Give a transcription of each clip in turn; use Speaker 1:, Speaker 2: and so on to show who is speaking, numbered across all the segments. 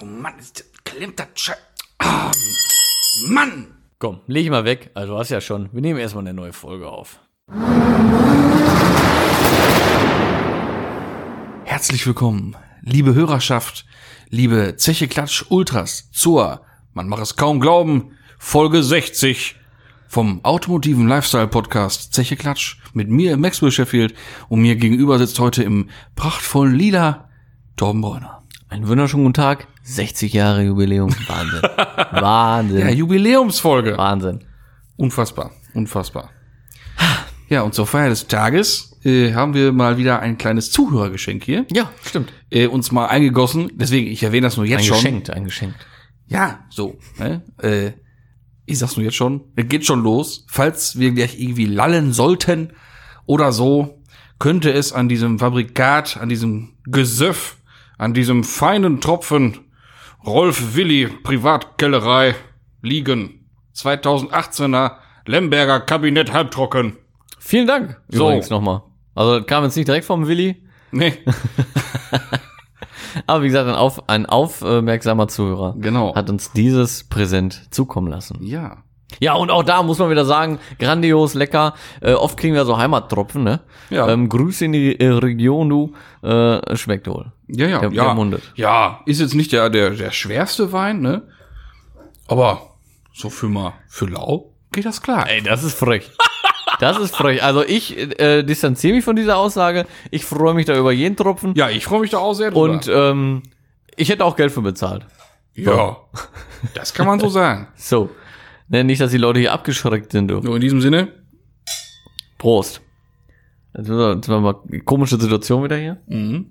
Speaker 1: Oh Mann, ist das klemmt das Scheiß. Ah, Mann!
Speaker 2: Komm, leg ich mal weg. Also du hast ja schon. Wir nehmen erstmal eine neue Folge auf.
Speaker 1: Herzlich willkommen, liebe Hörerschaft, liebe Zeche Klatsch Ultras zur, man mag es kaum glauben, Folge 60 vom automotiven Lifestyle Podcast Zeche Klatsch mit mir Maxwell Sheffield und mir gegenüber sitzt heute im prachtvollen Lila Torben Bräuner.
Speaker 2: Einen wunderschönen guten Tag. 60 Jahre Jubiläum. Wahnsinn. Wahnsinn.
Speaker 1: Ja, Jubiläumsfolge.
Speaker 2: Wahnsinn.
Speaker 1: Unfassbar, unfassbar. Ja, und zur Feier des Tages äh, haben wir mal wieder ein kleines Zuhörergeschenk hier.
Speaker 2: Ja, stimmt.
Speaker 1: Äh, uns mal eingegossen, deswegen, ich erwähne das nur jetzt
Speaker 2: Ein
Speaker 1: schon.
Speaker 2: Geschenk, ein Geschenk.
Speaker 1: Ja, so. Ne? Äh, ich sag's nur jetzt schon, es geht schon los. Falls wir gleich irgendwie lallen sollten oder so, könnte es an diesem Fabrikat, an diesem Gesöff, an diesem feinen Tropfen Rolf Willi Privatkellerei liegen. 2018er Lemberger Kabinett halbtrocken.
Speaker 2: Vielen Dank.
Speaker 1: So.
Speaker 2: Übrigens nochmal. Also das kam jetzt nicht direkt vom Willi,
Speaker 1: Nee,
Speaker 2: aber wie gesagt, ein, auf, ein aufmerksamer Zuhörer
Speaker 1: genau.
Speaker 2: hat uns dieses Präsent zukommen lassen.
Speaker 1: ja.
Speaker 2: Ja, und auch da muss man wieder sagen, grandios, lecker. Äh, oft kriegen wir so Heimattropfen, ne?
Speaker 1: Ja.
Speaker 2: Ähm, Grüße in die äh, Region, du. Äh, schmeckt wohl.
Speaker 1: Ja, ja,
Speaker 2: Der-
Speaker 1: ja.
Speaker 2: der mundet.
Speaker 1: Ja, ist jetzt nicht der, der, der schwerste Wein, ne? Aber so für mal, für lau geht das klar.
Speaker 2: Ey, das ist frech. Das ist frech. Also ich äh, distanziere mich von dieser Aussage. Ich freue mich da über jeden Tropfen.
Speaker 1: Ja, ich freue mich da auch sehr drüber.
Speaker 2: und ähm, ich hätte auch Geld für bezahlt.
Speaker 1: ja, das kann man so sagen.
Speaker 2: So. Ne, nicht, dass die Leute hier abgeschreckt sind, du.
Speaker 1: Nur in diesem Sinne,
Speaker 2: Prost. Jetzt müssen wir- jetzt machen wir mal komische Situation wieder hier.
Speaker 1: mhm.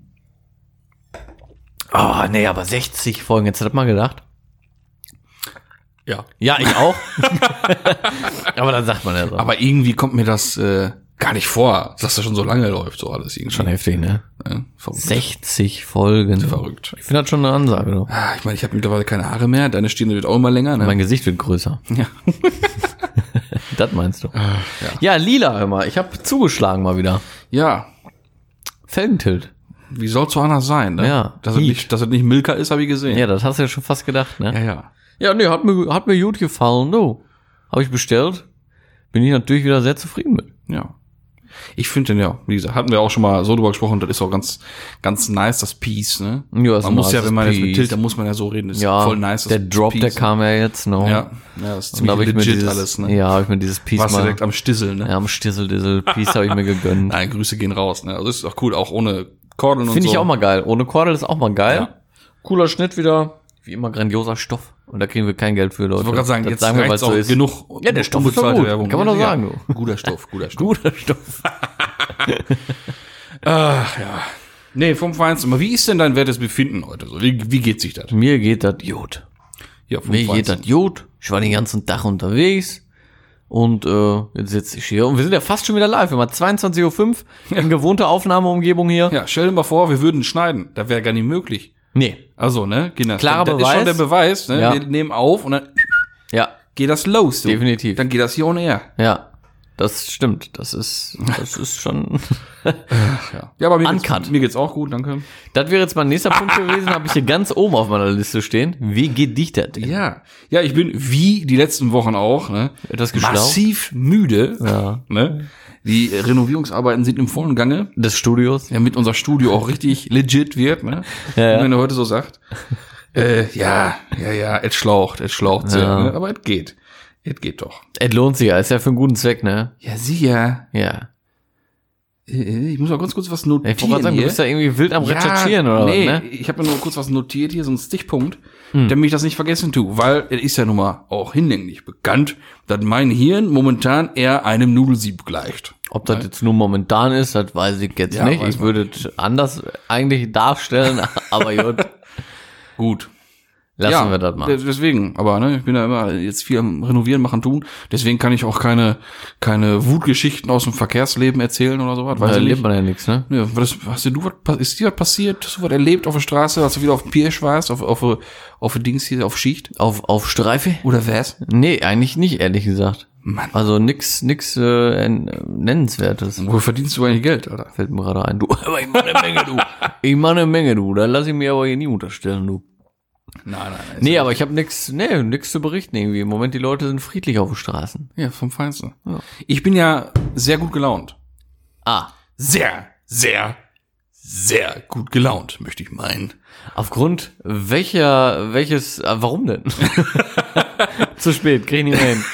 Speaker 2: Ah, nee, aber 60 Folgen, jetzt hat man gedacht.
Speaker 1: ja.
Speaker 2: Ja, ich auch. aber dann sagt man ja so.
Speaker 1: Aber irgendwie kommt mir das äh, gar nicht vor, dass das schon so lange läuft, so alles irgendwie.
Speaker 2: schon heftig, ne?
Speaker 1: ne? verrückt.
Speaker 2: 60 Folgen.
Speaker 1: verrückt.
Speaker 2: Ich finde das schon eine Ansage, du.
Speaker 1: Ah, ich meine, ich habe mittlerweile keine Haare mehr, deine Stirn wird auch immer länger, ne?
Speaker 2: Mein Gesicht wird größer.
Speaker 1: Ja.
Speaker 2: Das meinst du.
Speaker 1: ja.
Speaker 2: Ah, Ja, lila immer. Ich habe zugeschlagen mal wieder.
Speaker 1: ja,
Speaker 2: Felgentilt.
Speaker 1: wie soll's so anders sein, ne?
Speaker 2: Ja.
Speaker 1: Dass es,
Speaker 2: Heat.
Speaker 1: nicht, dass es nicht Milka ist, habe ich gesehen.
Speaker 2: Ja, das hast du ja schon fast gedacht, ne?
Speaker 1: ja. ja.
Speaker 2: Ja, nee, hat mir, hat mir gut gefallen, du. Habe ich bestellt. Bin ich natürlich wieder sehr zufrieden mit.
Speaker 1: Ja. Ich finde den ja, wie gesagt, hatten wir auch schon mal so drüber gesprochen, das ist auch ganz, ganz nice, das Peace, ne?
Speaker 2: Ja, das
Speaker 1: man muss
Speaker 2: nice,
Speaker 1: ja,
Speaker 2: das
Speaker 1: wenn man jetzt mit
Speaker 2: Peace.
Speaker 1: Tilt, dann muss man ja so reden, das
Speaker 2: Ja,
Speaker 1: ist voll nice, das
Speaker 2: der Drop, der
Speaker 1: Peace.
Speaker 2: kam ja jetzt noch.
Speaker 1: Ja, ja das ist
Speaker 2: Und da hab
Speaker 1: ziemlich
Speaker 2: ich mir
Speaker 1: legit
Speaker 2: dieses,
Speaker 1: alles, ne?
Speaker 2: Ja, habe ich mir dieses Piece
Speaker 1: Warst
Speaker 2: mal.
Speaker 1: direkt am Stisseln, ne?
Speaker 2: Ja, am Stisseldissel. Piece habe ich mir gegönnt.
Speaker 1: Nein, Grüße gehen raus, ne? Also das ist auch cool, auch ohne Kordeln und so.
Speaker 2: Finde ich auch mal geil. Ohne Kordel ist auch mal geil.
Speaker 1: Ja.
Speaker 2: Cooler Schnitt wieder. Wie immer grandioser Stoff. Und da kriegen wir kein Geld für, Leute.
Speaker 1: Ich wollte gerade sagen,
Speaker 2: das
Speaker 1: jetzt
Speaker 2: sagen wir,
Speaker 1: reicht's
Speaker 2: weil's
Speaker 1: auch
Speaker 2: so ist.
Speaker 1: genug
Speaker 2: Ja, der Stoff ist doch
Speaker 1: unbezahlte
Speaker 2: gut.
Speaker 1: Werbung.
Speaker 2: Kann man doch
Speaker 1: Ja.
Speaker 2: sagen, du.
Speaker 1: Guter Stoff, guter Stoff.
Speaker 2: Guter Stoff.
Speaker 1: Nee, vom Feinsten. Aber wie ist denn dein wertes Befinden heute so? Wie, wie geht sich das?
Speaker 2: Mir geht das gut.
Speaker 1: Ja, vom
Speaker 2: Mir geht
Speaker 1: Feinsten.
Speaker 2: das gut. Ich war den ganzen Tag unterwegs. Und äh, jetzt sitze ich hier. Und wir sind ja fast schon wieder live. Wir haben 22.05 Uhr in gewohnter Aufnahmeumgebung hier.
Speaker 1: Ja, stell dir mal vor, wir würden schneiden. Das wäre gar nicht möglich.
Speaker 2: Nee.
Speaker 1: Also, ne, Kinder.
Speaker 2: Klarer
Speaker 1: das
Speaker 2: Beweis.
Speaker 1: ist schon der Beweis, ne?
Speaker 2: Ja.
Speaker 1: Wir nehmen auf und dann
Speaker 2: Ja,
Speaker 1: geht das los. Du.
Speaker 2: Definitiv.
Speaker 1: Dann geht das hier ohne her.
Speaker 2: ja. Das stimmt. Das ist, das ist schon.
Speaker 1: Ja, ja aber mir
Speaker 2: Uncut.
Speaker 1: geht's, mir geht's auch gut, danke.
Speaker 2: Das wäre jetzt mein nächster Punkt gewesen, habe ich hier ganz oben auf meiner Liste stehen. Wie geht dich das denn?
Speaker 1: Ja. Ja, ich bin wie die letzten Wochen auch, ne?
Speaker 2: Etwas geschlaucht?
Speaker 1: massiv müde.
Speaker 2: Ja.
Speaker 1: Ne? Die Renovierungsarbeiten sind im vollen Gange,
Speaker 2: Des Studios?
Speaker 1: damit unser Studio auch richtig legit wird, ne?
Speaker 2: Ja, ja.
Speaker 1: Wie man heute so sagt. Äh, ja, ja, ja, es schlaucht, es schlaucht sehr,
Speaker 2: Ja.
Speaker 1: ne? aber es geht. Es geht doch.
Speaker 2: Es lohnt sich ja. Ist ja für einen guten Zweck, ne?
Speaker 1: Ja, sicher.
Speaker 2: Ja.
Speaker 1: Äh, Ich muss mal ganz kurz was notieren.
Speaker 2: Ich wollte gerade sagen, du
Speaker 1: hier.
Speaker 2: bist ja irgendwie wild am Recherchieren oder
Speaker 1: nee,
Speaker 2: was, ne? Hm.
Speaker 1: ich habe mir nur kurz was notiert hier, so einen Stichpunkt, damit ich das nicht vergessen tue, weil es ist ja nun mal auch hinlänglich bekannt, dass mein Hirn momentan eher einem Nudelsieb gleicht.
Speaker 2: Ob das jetzt nur momentan ist, das weiß ich jetzt
Speaker 1: Ja,
Speaker 2: nicht.
Speaker 1: weiß
Speaker 2: Ich würde es anders eigentlich darstellen, aber gut,
Speaker 1: Gut.
Speaker 2: lassen wir das mal.
Speaker 1: des- Deswegen, aber ne, ich bin ja immer jetzt viel am Renovieren, machen, tun. Deswegen kann ich auch keine, keine Wutgeschichten aus dem Verkehrsleben erzählen oder sowas.
Speaker 2: Da
Speaker 1: Weiß ich
Speaker 2: erlebt
Speaker 1: nicht.
Speaker 2: man ja nichts, ne?
Speaker 1: Ja, was, hast du, was, pa- ist dir was passiert? Hast du was erlebt auf der Straße, als du wieder auf dem Pirsch warst, auf, auf, auf Dings hier, auf Schicht?
Speaker 2: Auf, auf Streife?
Speaker 1: Oder was?
Speaker 2: Nee, eigentlich nicht, ehrlich gesagt.
Speaker 1: Mann.
Speaker 2: Also nix, nix äh, en- äh, Nennenswertes.
Speaker 1: Wo verdienst du eigentlich Geld, Alter?
Speaker 2: Fällt mir gerade ein. Du, aber ich mach eine Menge, du. Ich mach eine Menge, du. Da lass ich mir aber hier nie unterstellen, du.
Speaker 1: Nein, nein, nein.
Speaker 2: Nee, aber ich habe nix, nee, nix zu berichten irgendwie. Im Moment, die Leute sind friedlich auf den Straßen.
Speaker 1: Ja, vom Feinsten.
Speaker 2: Ja.
Speaker 1: Ich bin ja sehr gut gelaunt.
Speaker 2: Ah,
Speaker 1: Sehr, sehr, sehr gut gelaunt, möchte ich meinen.
Speaker 2: aufgrund welcher, welches, äh, warum denn? zu spät, krieg ich nicht mehr hin.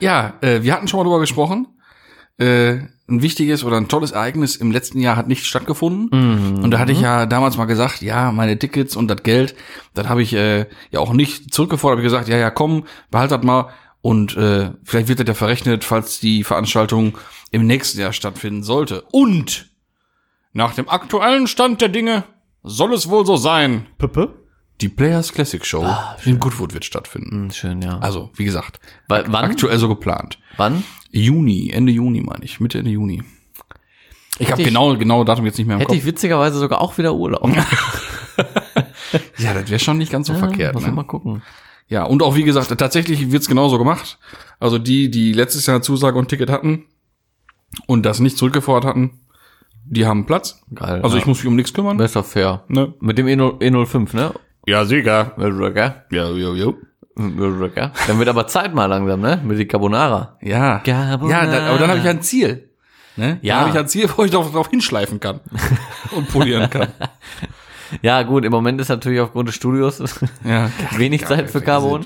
Speaker 1: Ja, äh, wir hatten schon mal drüber gesprochen. Äh, ein wichtiges oder ein tolles Ereignis im letzten Jahr hat nicht stattgefunden. Und da hatte ich ja damals mal gesagt, ja, meine Tickets und das Geld, das habe ich äh, ja auch nicht zurückgefordert. Hab ich gesagt, ja, ja, komm, behalt das mal. Und äh, vielleicht wird das ja verrechnet, falls die Veranstaltung im nächsten Jahr stattfinden sollte. Und nach dem aktuellen Stand der Dinge soll es wohl so sein.
Speaker 2: Pippe?
Speaker 1: Die Players Classic Show in Goodwood wird stattfinden.
Speaker 2: Schön, ja.
Speaker 1: Also, wie gesagt,
Speaker 2: Wa- wann?
Speaker 1: aktuell so geplant.
Speaker 2: Wann?
Speaker 1: Juni, Ende Juni meine ich, Mitte Ende Juni. Ich habe
Speaker 2: ich-
Speaker 1: genau genau Datum jetzt nicht mehr im
Speaker 2: Hätte
Speaker 1: Kopf.
Speaker 2: ich witzigerweise sogar auch wieder Urlaub.
Speaker 1: Ja, das wäre schon nicht ganz so verkehrt.
Speaker 2: Muss man
Speaker 1: Ne?
Speaker 2: mal gucken.
Speaker 1: Ja, und auch wie gesagt, tatsächlich wird's genauso gemacht. Also die, die letztes Jahr Zusage und Ticket hatten und das nicht zurückgefordert hatten, die haben Platz.
Speaker 2: Geil.
Speaker 1: Also
Speaker 2: ja.
Speaker 1: ich muss mich um nichts kümmern.
Speaker 2: Besser fair.
Speaker 1: Ne?
Speaker 2: Mit dem E E0, E05, ne?
Speaker 1: Ja, sicher.
Speaker 2: Rücker.
Speaker 1: Ja, jo, jo.
Speaker 2: Rücker. Dann wird aber Zeit mal langsam, ne? Mit die Carbonara.
Speaker 1: Ja.
Speaker 2: Carbonara.
Speaker 1: Ja, da, aber dann habe ich ja ein Ziel. Ne?
Speaker 2: Ja.
Speaker 1: Ja. Dann habe ich ja ein Ziel, wo ich drauf, drauf hinschleifen kann und polieren kann.
Speaker 2: Ja, gut, im Moment ist natürlich aufgrund des Studios
Speaker 1: Ja.
Speaker 2: wenig Zeit für Carbon.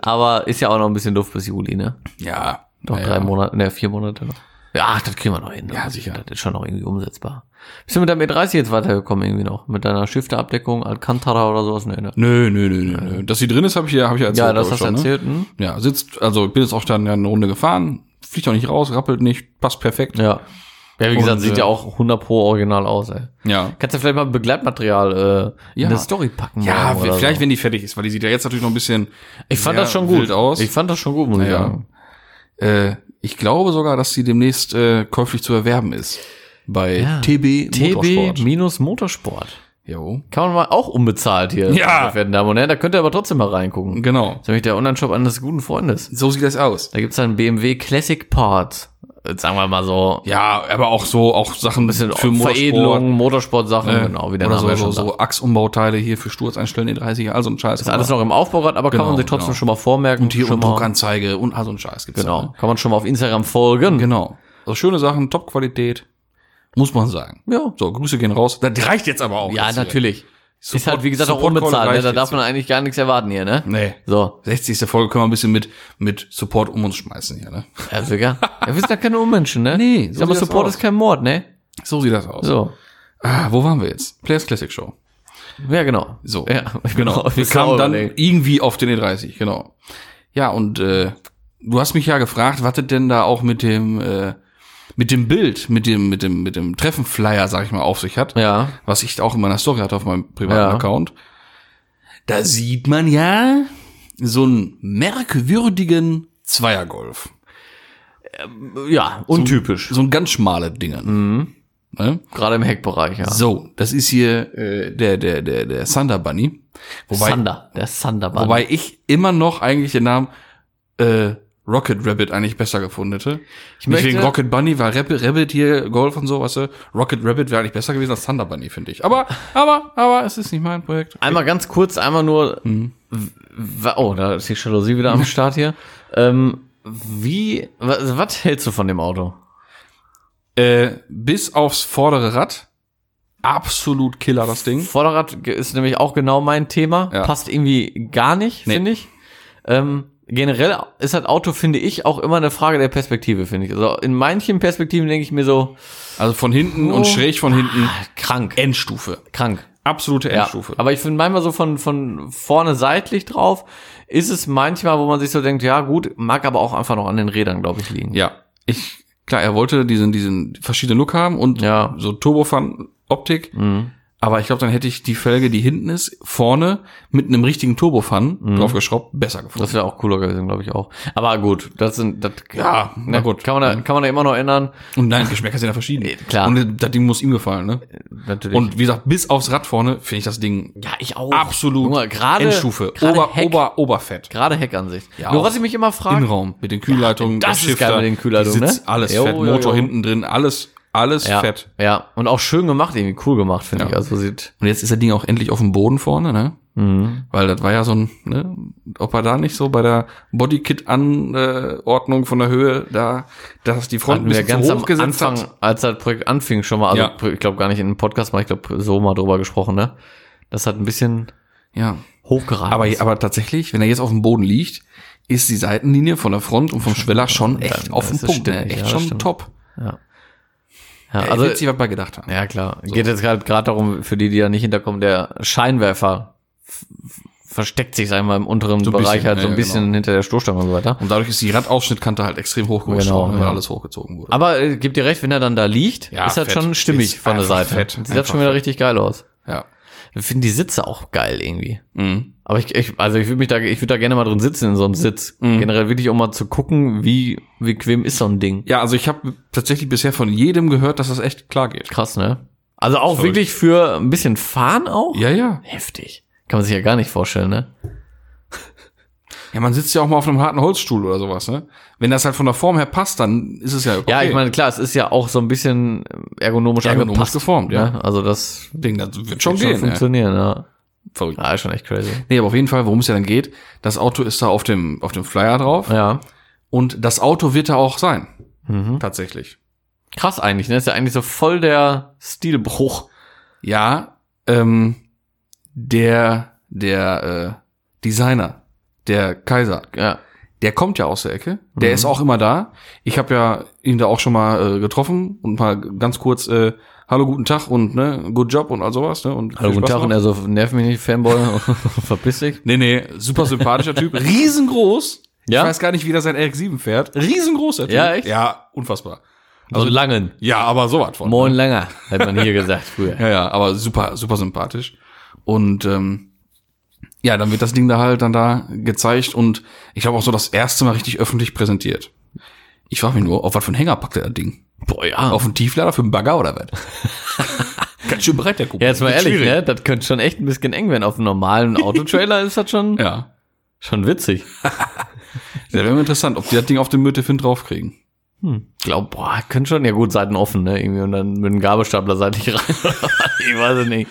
Speaker 2: Aber ist ja auch noch ein bisschen Luft bis Juli, ne?
Speaker 1: Ja.
Speaker 2: Doch
Speaker 1: Ja,
Speaker 2: drei
Speaker 1: ja.
Speaker 2: Monate, ne, vier Monate noch. Ja, ach, das kriegen wir noch hin.
Speaker 1: Ja, sicher.
Speaker 2: Das ist schon noch irgendwie umsetzbar. Bist du mit deinem E30 jetzt weitergekommen irgendwie noch? Mit deiner Shifterabdeckung, Alcantara oder sowas? Nee, ne?
Speaker 1: Nö, nö, nö, nö, nö. Dass sie drin ist, habe ich ja, hab ich ja erzählt.
Speaker 2: Ja, das
Speaker 1: glaub ich
Speaker 2: hast du
Speaker 1: schon,
Speaker 2: erzählt, hm?
Speaker 1: Ne? Ja, sitzt, also ich bin jetzt auch dann ja eine Runde gefahren, fliegt auch nicht raus, rappelt nicht, passt perfekt.
Speaker 2: Ja. Ja, wie
Speaker 1: Und,
Speaker 2: gesagt, sieht
Speaker 1: äh,
Speaker 2: ja auch 100 pro original aus, ey.
Speaker 1: Ja.
Speaker 2: Kannst du vielleicht mal Begleitmaterial äh, in
Speaker 1: Ja.
Speaker 2: der Story packen?
Speaker 1: Ja,
Speaker 2: morgen oder
Speaker 1: vielleicht,
Speaker 2: So.
Speaker 1: wenn die fertig ist, weil die sieht ja jetzt natürlich noch ein bisschen.
Speaker 2: Ich fand
Speaker 1: sehr
Speaker 2: das schon gut.
Speaker 1: wild Aus.
Speaker 2: Ich fand das schon gut, muss ich
Speaker 1: Ja.
Speaker 2: sagen.
Speaker 1: äh, ich glaube sogar, dass sie demnächst äh, käuflich zu erwerben ist. Bei
Speaker 2: Ja.
Speaker 1: TB Motorsport.
Speaker 2: TB minus Motorsport.
Speaker 1: Jo.
Speaker 2: Kann man mal auch unbezahlt hier.
Speaker 1: Ja.
Speaker 2: meine verehrten Damen und Herren. Da könnt ihr aber trotzdem mal reingucken.
Speaker 1: Genau.
Speaker 2: Das ist nämlich der Online-Shop eines guten Freundes.
Speaker 1: So sieht das aus.
Speaker 2: Da gibt's dann BMW Classic Parts. Äh, Sagen wir mal so.
Speaker 1: Ja, aber auch so, auch Sachen
Speaker 2: bisschen
Speaker 1: für Motorsport. äh,
Speaker 2: Veredelung, Motorsport-Sachen, genau, wie der
Speaker 1: oder
Speaker 2: Name
Speaker 1: so,
Speaker 2: ja
Speaker 1: so,
Speaker 2: schon sagt.
Speaker 1: so Achsumbauteile hier für Sturz einstellen, E30, also ein Scheiß.
Speaker 2: Ist alles noch im Aufbau gerade, aber kann man
Speaker 1: Genau,
Speaker 2: sich trotzdem
Speaker 1: genau.
Speaker 2: schon mal vormerken.
Speaker 1: Und hier
Speaker 2: schon
Speaker 1: und
Speaker 2: mal-
Speaker 1: Druckanzeige und also ein Scheiß gibt's da,
Speaker 2: Genau.
Speaker 1: ne?
Speaker 2: Kann man schon mal auf Instagram folgen.
Speaker 1: Genau. Also schöne Sachen, Top-Qualität, muss man sagen.
Speaker 2: Ja.
Speaker 1: So, Grüße gehen raus. Das reicht jetzt aber auch.
Speaker 2: Ja,
Speaker 1: jetzt hier.
Speaker 2: natürlich. ist halt, wie gesagt, auch
Speaker 1: Support-Call
Speaker 2: unbezahlt. Ne?
Speaker 1: reicht
Speaker 2: Da darf
Speaker 1: jetzt.
Speaker 2: man eigentlich gar nichts erwarten hier, ne?
Speaker 1: Nee.
Speaker 2: So.
Speaker 1: 60. Folge können wir ein bisschen mit, mit Support um uns schmeißen hier, ne?
Speaker 2: Ja, Digga. Ja, wir sind ja keine Unmenschen, ne?
Speaker 1: Nee, so
Speaker 2: Aber
Speaker 1: sieht das
Speaker 2: Support
Speaker 1: aus.
Speaker 2: ist kein Mord, ne?
Speaker 1: So sieht das aus.
Speaker 2: So.
Speaker 1: Ah, wo waren wir jetzt? Players Classic Show.
Speaker 2: Ja, genau.
Speaker 1: So.
Speaker 2: Ja,
Speaker 1: Genau. Wir kamen dann irgendwie auf den E30, genau. Ja, und äh, du hast mich ja gefragt, was das denn da auch mit dem, äh, mit dem Bild, mit dem, mit dem, mit dem Treffenflyer, sag ich mal, auf sich hat.
Speaker 2: Ja.
Speaker 1: was ich auch in meiner Story hatte auf meinem privaten
Speaker 2: Ja.
Speaker 1: Account. Da sieht man ja so einen merkwürdigen Zweiergolf.
Speaker 2: Ja, untypisch. Mhm.
Speaker 1: So ein ganz schmale Dingen. Ne?
Speaker 2: Gerade im Heckbereich, ja.
Speaker 1: So, das ist hier äh, der, der, der, der Thunder Bunny. Wobei,
Speaker 2: Thunder, der Thunderband.
Speaker 1: wobei ich immer noch eigentlich den Namen äh, Rocket Rabbit eigentlich besser gefunden hätte. Ich Nicht
Speaker 2: möchte-
Speaker 1: wegen Rocket Bunny, weil Rabbit, Rabbit hier Golf und so, weißt du, Rocket Rabbit wäre eigentlich besser gewesen als Thunder Bunny, finde ich. Aber, aber, aber es ist nicht mein Projekt.
Speaker 2: einmal ganz kurz, einmal nur,
Speaker 1: Mhm.
Speaker 2: w- oh, da ist die Jalousie wieder am Start hier. Ähm, wie, was, was hältst du von dem Auto?
Speaker 1: Äh, bis aufs vordere Rad. Absolut Killer, das Ding.
Speaker 2: Vorderrad ge- ist nämlich auch genau mein Thema.
Speaker 1: Hm? Ja.
Speaker 2: Passt irgendwie gar nicht,
Speaker 1: Nee.
Speaker 2: finde ich. Ähm, generell ist das Auto, finde ich, auch immer eine Frage der Perspektive, finde ich. Also in manchen Perspektiven denke ich mir so,
Speaker 1: Also von hinten
Speaker 2: Oh.
Speaker 1: und schräg von hinten.
Speaker 2: krank,
Speaker 1: Endstufe.
Speaker 2: krank.
Speaker 1: Absolute
Speaker 2: Ja.
Speaker 1: Endstufe.
Speaker 2: Aber ich finde manchmal so von, von vorne seitlich drauf, ist es manchmal, wo man sich so denkt, ja gut, mag aber auch einfach noch an den Rädern, glaube ich, liegen.
Speaker 1: Ja. Ich, klar, er wollte diesen, diesen verschiedenen Look haben und
Speaker 2: Ja.
Speaker 1: so Turbofan-Optik.
Speaker 2: Mhm.
Speaker 1: Aber ich glaube, dann hätte ich die Felge, die hinten ist, vorne mit einem richtigen Turbofan
Speaker 2: Mhm.
Speaker 1: draufgeschraubt, besser gefunden.
Speaker 2: Das wäre auch cooler gewesen, glaube ich auch. Aber gut, das sind, das,
Speaker 1: Ja, na
Speaker 2: ne,
Speaker 1: gut.
Speaker 2: Kann man da, kann man da immer noch ändern.
Speaker 1: Und nein, Geschmäcker sind ja verschieden.
Speaker 2: klar.
Speaker 1: Und das Ding muss ihm gefallen, ne?
Speaker 2: Natürlich.
Speaker 1: Und wie gesagt, bis aufs Rad vorne finde ich das Ding
Speaker 2: ja, ich auch.
Speaker 1: absolut
Speaker 2: Junge, Oh. gerade,
Speaker 1: Endstufe.
Speaker 2: gerade
Speaker 1: Ober,
Speaker 2: Heck,
Speaker 1: Ober, Oberfett.
Speaker 2: gerade Heckansicht.
Speaker 1: Ja,
Speaker 2: Nur
Speaker 1: auch.
Speaker 2: was ich mich immer frage,
Speaker 1: Innenraum mit den Kühlleitungen,
Speaker 2: das
Speaker 1: der
Speaker 2: ist geil mit den Kühlleitungen,
Speaker 1: die Sitz,
Speaker 2: ne?
Speaker 1: alles
Speaker 2: Jo,
Speaker 1: fett,
Speaker 2: jo,
Speaker 1: Motor
Speaker 2: jo.
Speaker 1: hinten drin, alles Alles
Speaker 2: Ja.
Speaker 1: fett.
Speaker 2: Ja. Und auch schön gemacht, irgendwie cool gemacht, finde
Speaker 1: Ja.
Speaker 2: ich. Also sieht. hm,
Speaker 1: Und jetzt ist das Ding auch endlich auf dem Boden vorne, ne? Weil das war ja so ein, ne, ob er da nicht so bei der Bodykit-Anordnung von der Höhe, da, dass die Front
Speaker 2: Hatten wir ganz
Speaker 1: zu
Speaker 2: am Anfang,
Speaker 1: hat.
Speaker 2: als das Projekt anfing, schon mal, also
Speaker 1: Ja.
Speaker 2: ich glaube gar nicht in einem Podcast mal, ich glaube so mal drüber gesprochen, ne? Das hat ein bisschen
Speaker 1: Ja.
Speaker 2: hochgeraten.
Speaker 1: Aber,
Speaker 2: ist.
Speaker 1: aber tatsächlich, wenn er jetzt auf dem Boden liegt, ist die Seitenlinie von der Front und vom Schweller schon echt
Speaker 2: Ja,
Speaker 1: auf den
Speaker 2: das ist
Speaker 1: Punkt, ne?
Speaker 2: stimmig, ja,
Speaker 1: Echt
Speaker 2: das
Speaker 1: schon
Speaker 2: stimmt.
Speaker 1: top.
Speaker 2: ja. Ja,
Speaker 1: Ey,
Speaker 2: also,
Speaker 1: witzig, was wir gedacht haben.
Speaker 2: ja klar. Geht jetzt halt gerade darum, für die, die da nicht hinterkommen, der Scheinwerfer f- f- versteckt sich, sagen wir mal, im unteren
Speaker 1: So ein
Speaker 2: Bereich
Speaker 1: bisschen,
Speaker 2: halt so
Speaker 1: ja,
Speaker 2: ein bisschen
Speaker 1: genau.
Speaker 2: hinter der Stoßstange und so weiter.
Speaker 1: Und dadurch ist die Radausschnittkante halt extrem hochgerutscht,
Speaker 2: Genau,
Speaker 1: weil
Speaker 2: ja.
Speaker 1: alles hochgezogen wurde.
Speaker 2: Aber äh, gib dir recht, wenn er dann da liegt,
Speaker 1: Ja,
Speaker 2: ist das
Speaker 1: fett.
Speaker 2: schon stimmig
Speaker 1: Ist
Speaker 2: von der
Speaker 1: einfach
Speaker 2: Seite.
Speaker 1: fett.
Speaker 2: Sieht
Speaker 1: Einfach
Speaker 2: das schon wieder
Speaker 1: fett.
Speaker 2: richtig geil aus.
Speaker 1: ja.
Speaker 2: Wir finden die Sitze auch geil irgendwie.
Speaker 1: Mhm.
Speaker 2: Aber ich, ich also ich würde mich da, ich würde da gerne mal drin sitzen in so einem Sitz.
Speaker 1: Mhm.
Speaker 2: Generell wirklich, um mal zu gucken, wie wie bequem ist so ein Ding.
Speaker 1: Ja, also ich habe tatsächlich bisher von jedem gehört, dass das echt klar geht.
Speaker 2: Krass, ne? Also auch
Speaker 1: Sorry.
Speaker 2: wirklich für ein bisschen Fahren auch?
Speaker 1: Ja, ja.
Speaker 2: Heftig. Kann man sich ja gar nicht vorstellen, ne?
Speaker 1: Ja, man sitzt ja auch mal auf einem harten Holzstuhl oder sowas, ne? Wenn das halt von der Form her passt, dann ist es ja okay.
Speaker 2: Ja, ich meine, klar, es ist ja auch so ein bisschen ergonomisch,
Speaker 1: Ergonomisch
Speaker 2: angepasst.
Speaker 1: geformt, ja.
Speaker 2: Ne? Also das
Speaker 1: Ding, das wird schon
Speaker 2: wird
Speaker 1: gehen. ja.
Speaker 2: funktionieren, ja.
Speaker 1: Verrückt.
Speaker 2: Ja, ist schon echt crazy.
Speaker 1: Nee, aber auf jeden Fall, worum es ja dann geht, das Auto ist da auf dem, auf dem Flyer drauf
Speaker 2: Ja. Mhm.
Speaker 1: und das Auto wird da auch sein. Tatsächlich.
Speaker 2: Krass eigentlich, ne? Ist ja eigentlich so voll der Stilbruch.
Speaker 1: Ja, ähm, der, der äh, Designer, der Kaiser,
Speaker 2: Ja.
Speaker 1: der kommt ja aus der Ecke. Der
Speaker 2: Mhm.
Speaker 1: ist auch immer da. Ich habe ja ihn da auch schon mal äh, getroffen und mal ganz kurz äh, Hallo, guten Tag und ne, good job und all sowas. Ne, und
Speaker 2: Hallo,
Speaker 1: viel
Speaker 2: guten
Speaker 1: Spaß
Speaker 2: Tag und
Speaker 1: noch.
Speaker 2: er so, nerv mich nicht, Fanboy, verpiss dich.
Speaker 1: Nee, nee, super sympathischer Typ. Riesengroß.
Speaker 2: Ja?
Speaker 1: Ich weiß gar nicht, wie der sein RX-7 fährt. Riesengroß, der Typ.
Speaker 2: Ja, echt?
Speaker 1: Ja, unfassbar.
Speaker 2: Also Langen.
Speaker 1: Ja, aber sowas von.
Speaker 2: Moin Langer, hat man hier gesagt früher.
Speaker 1: Ja, ja, aber super, super sympathisch. Und ähm, ja, dann wird das Ding da halt dann da gezeigt und ich glaube auch so das erste Mal richtig öffentlich präsentiert. Ich frage mich nur, auf was für einen Hänger packt er das Ding?
Speaker 2: Boah, ja.
Speaker 1: Auf einen Tieflader für einen Bagger oder was? Ganz schön breit, der Kuchen.
Speaker 2: Ja, jetzt mal ehrlich, ne? Das könnte schon echt ein bisschen eng werden. Auf einem normalen Autotrailer ist das schon,
Speaker 1: Ja.
Speaker 2: schon witzig.
Speaker 1: Das wäre mir interessant, ob die das Ding auf dem Müttefin draufkriegen.
Speaker 2: Hm. Glaub, boah, könnte schon, ja gut, Seiten offen, ne? Irgendwie und dann mit einem Gabelstapler seitlich rein. ich weiß es nicht.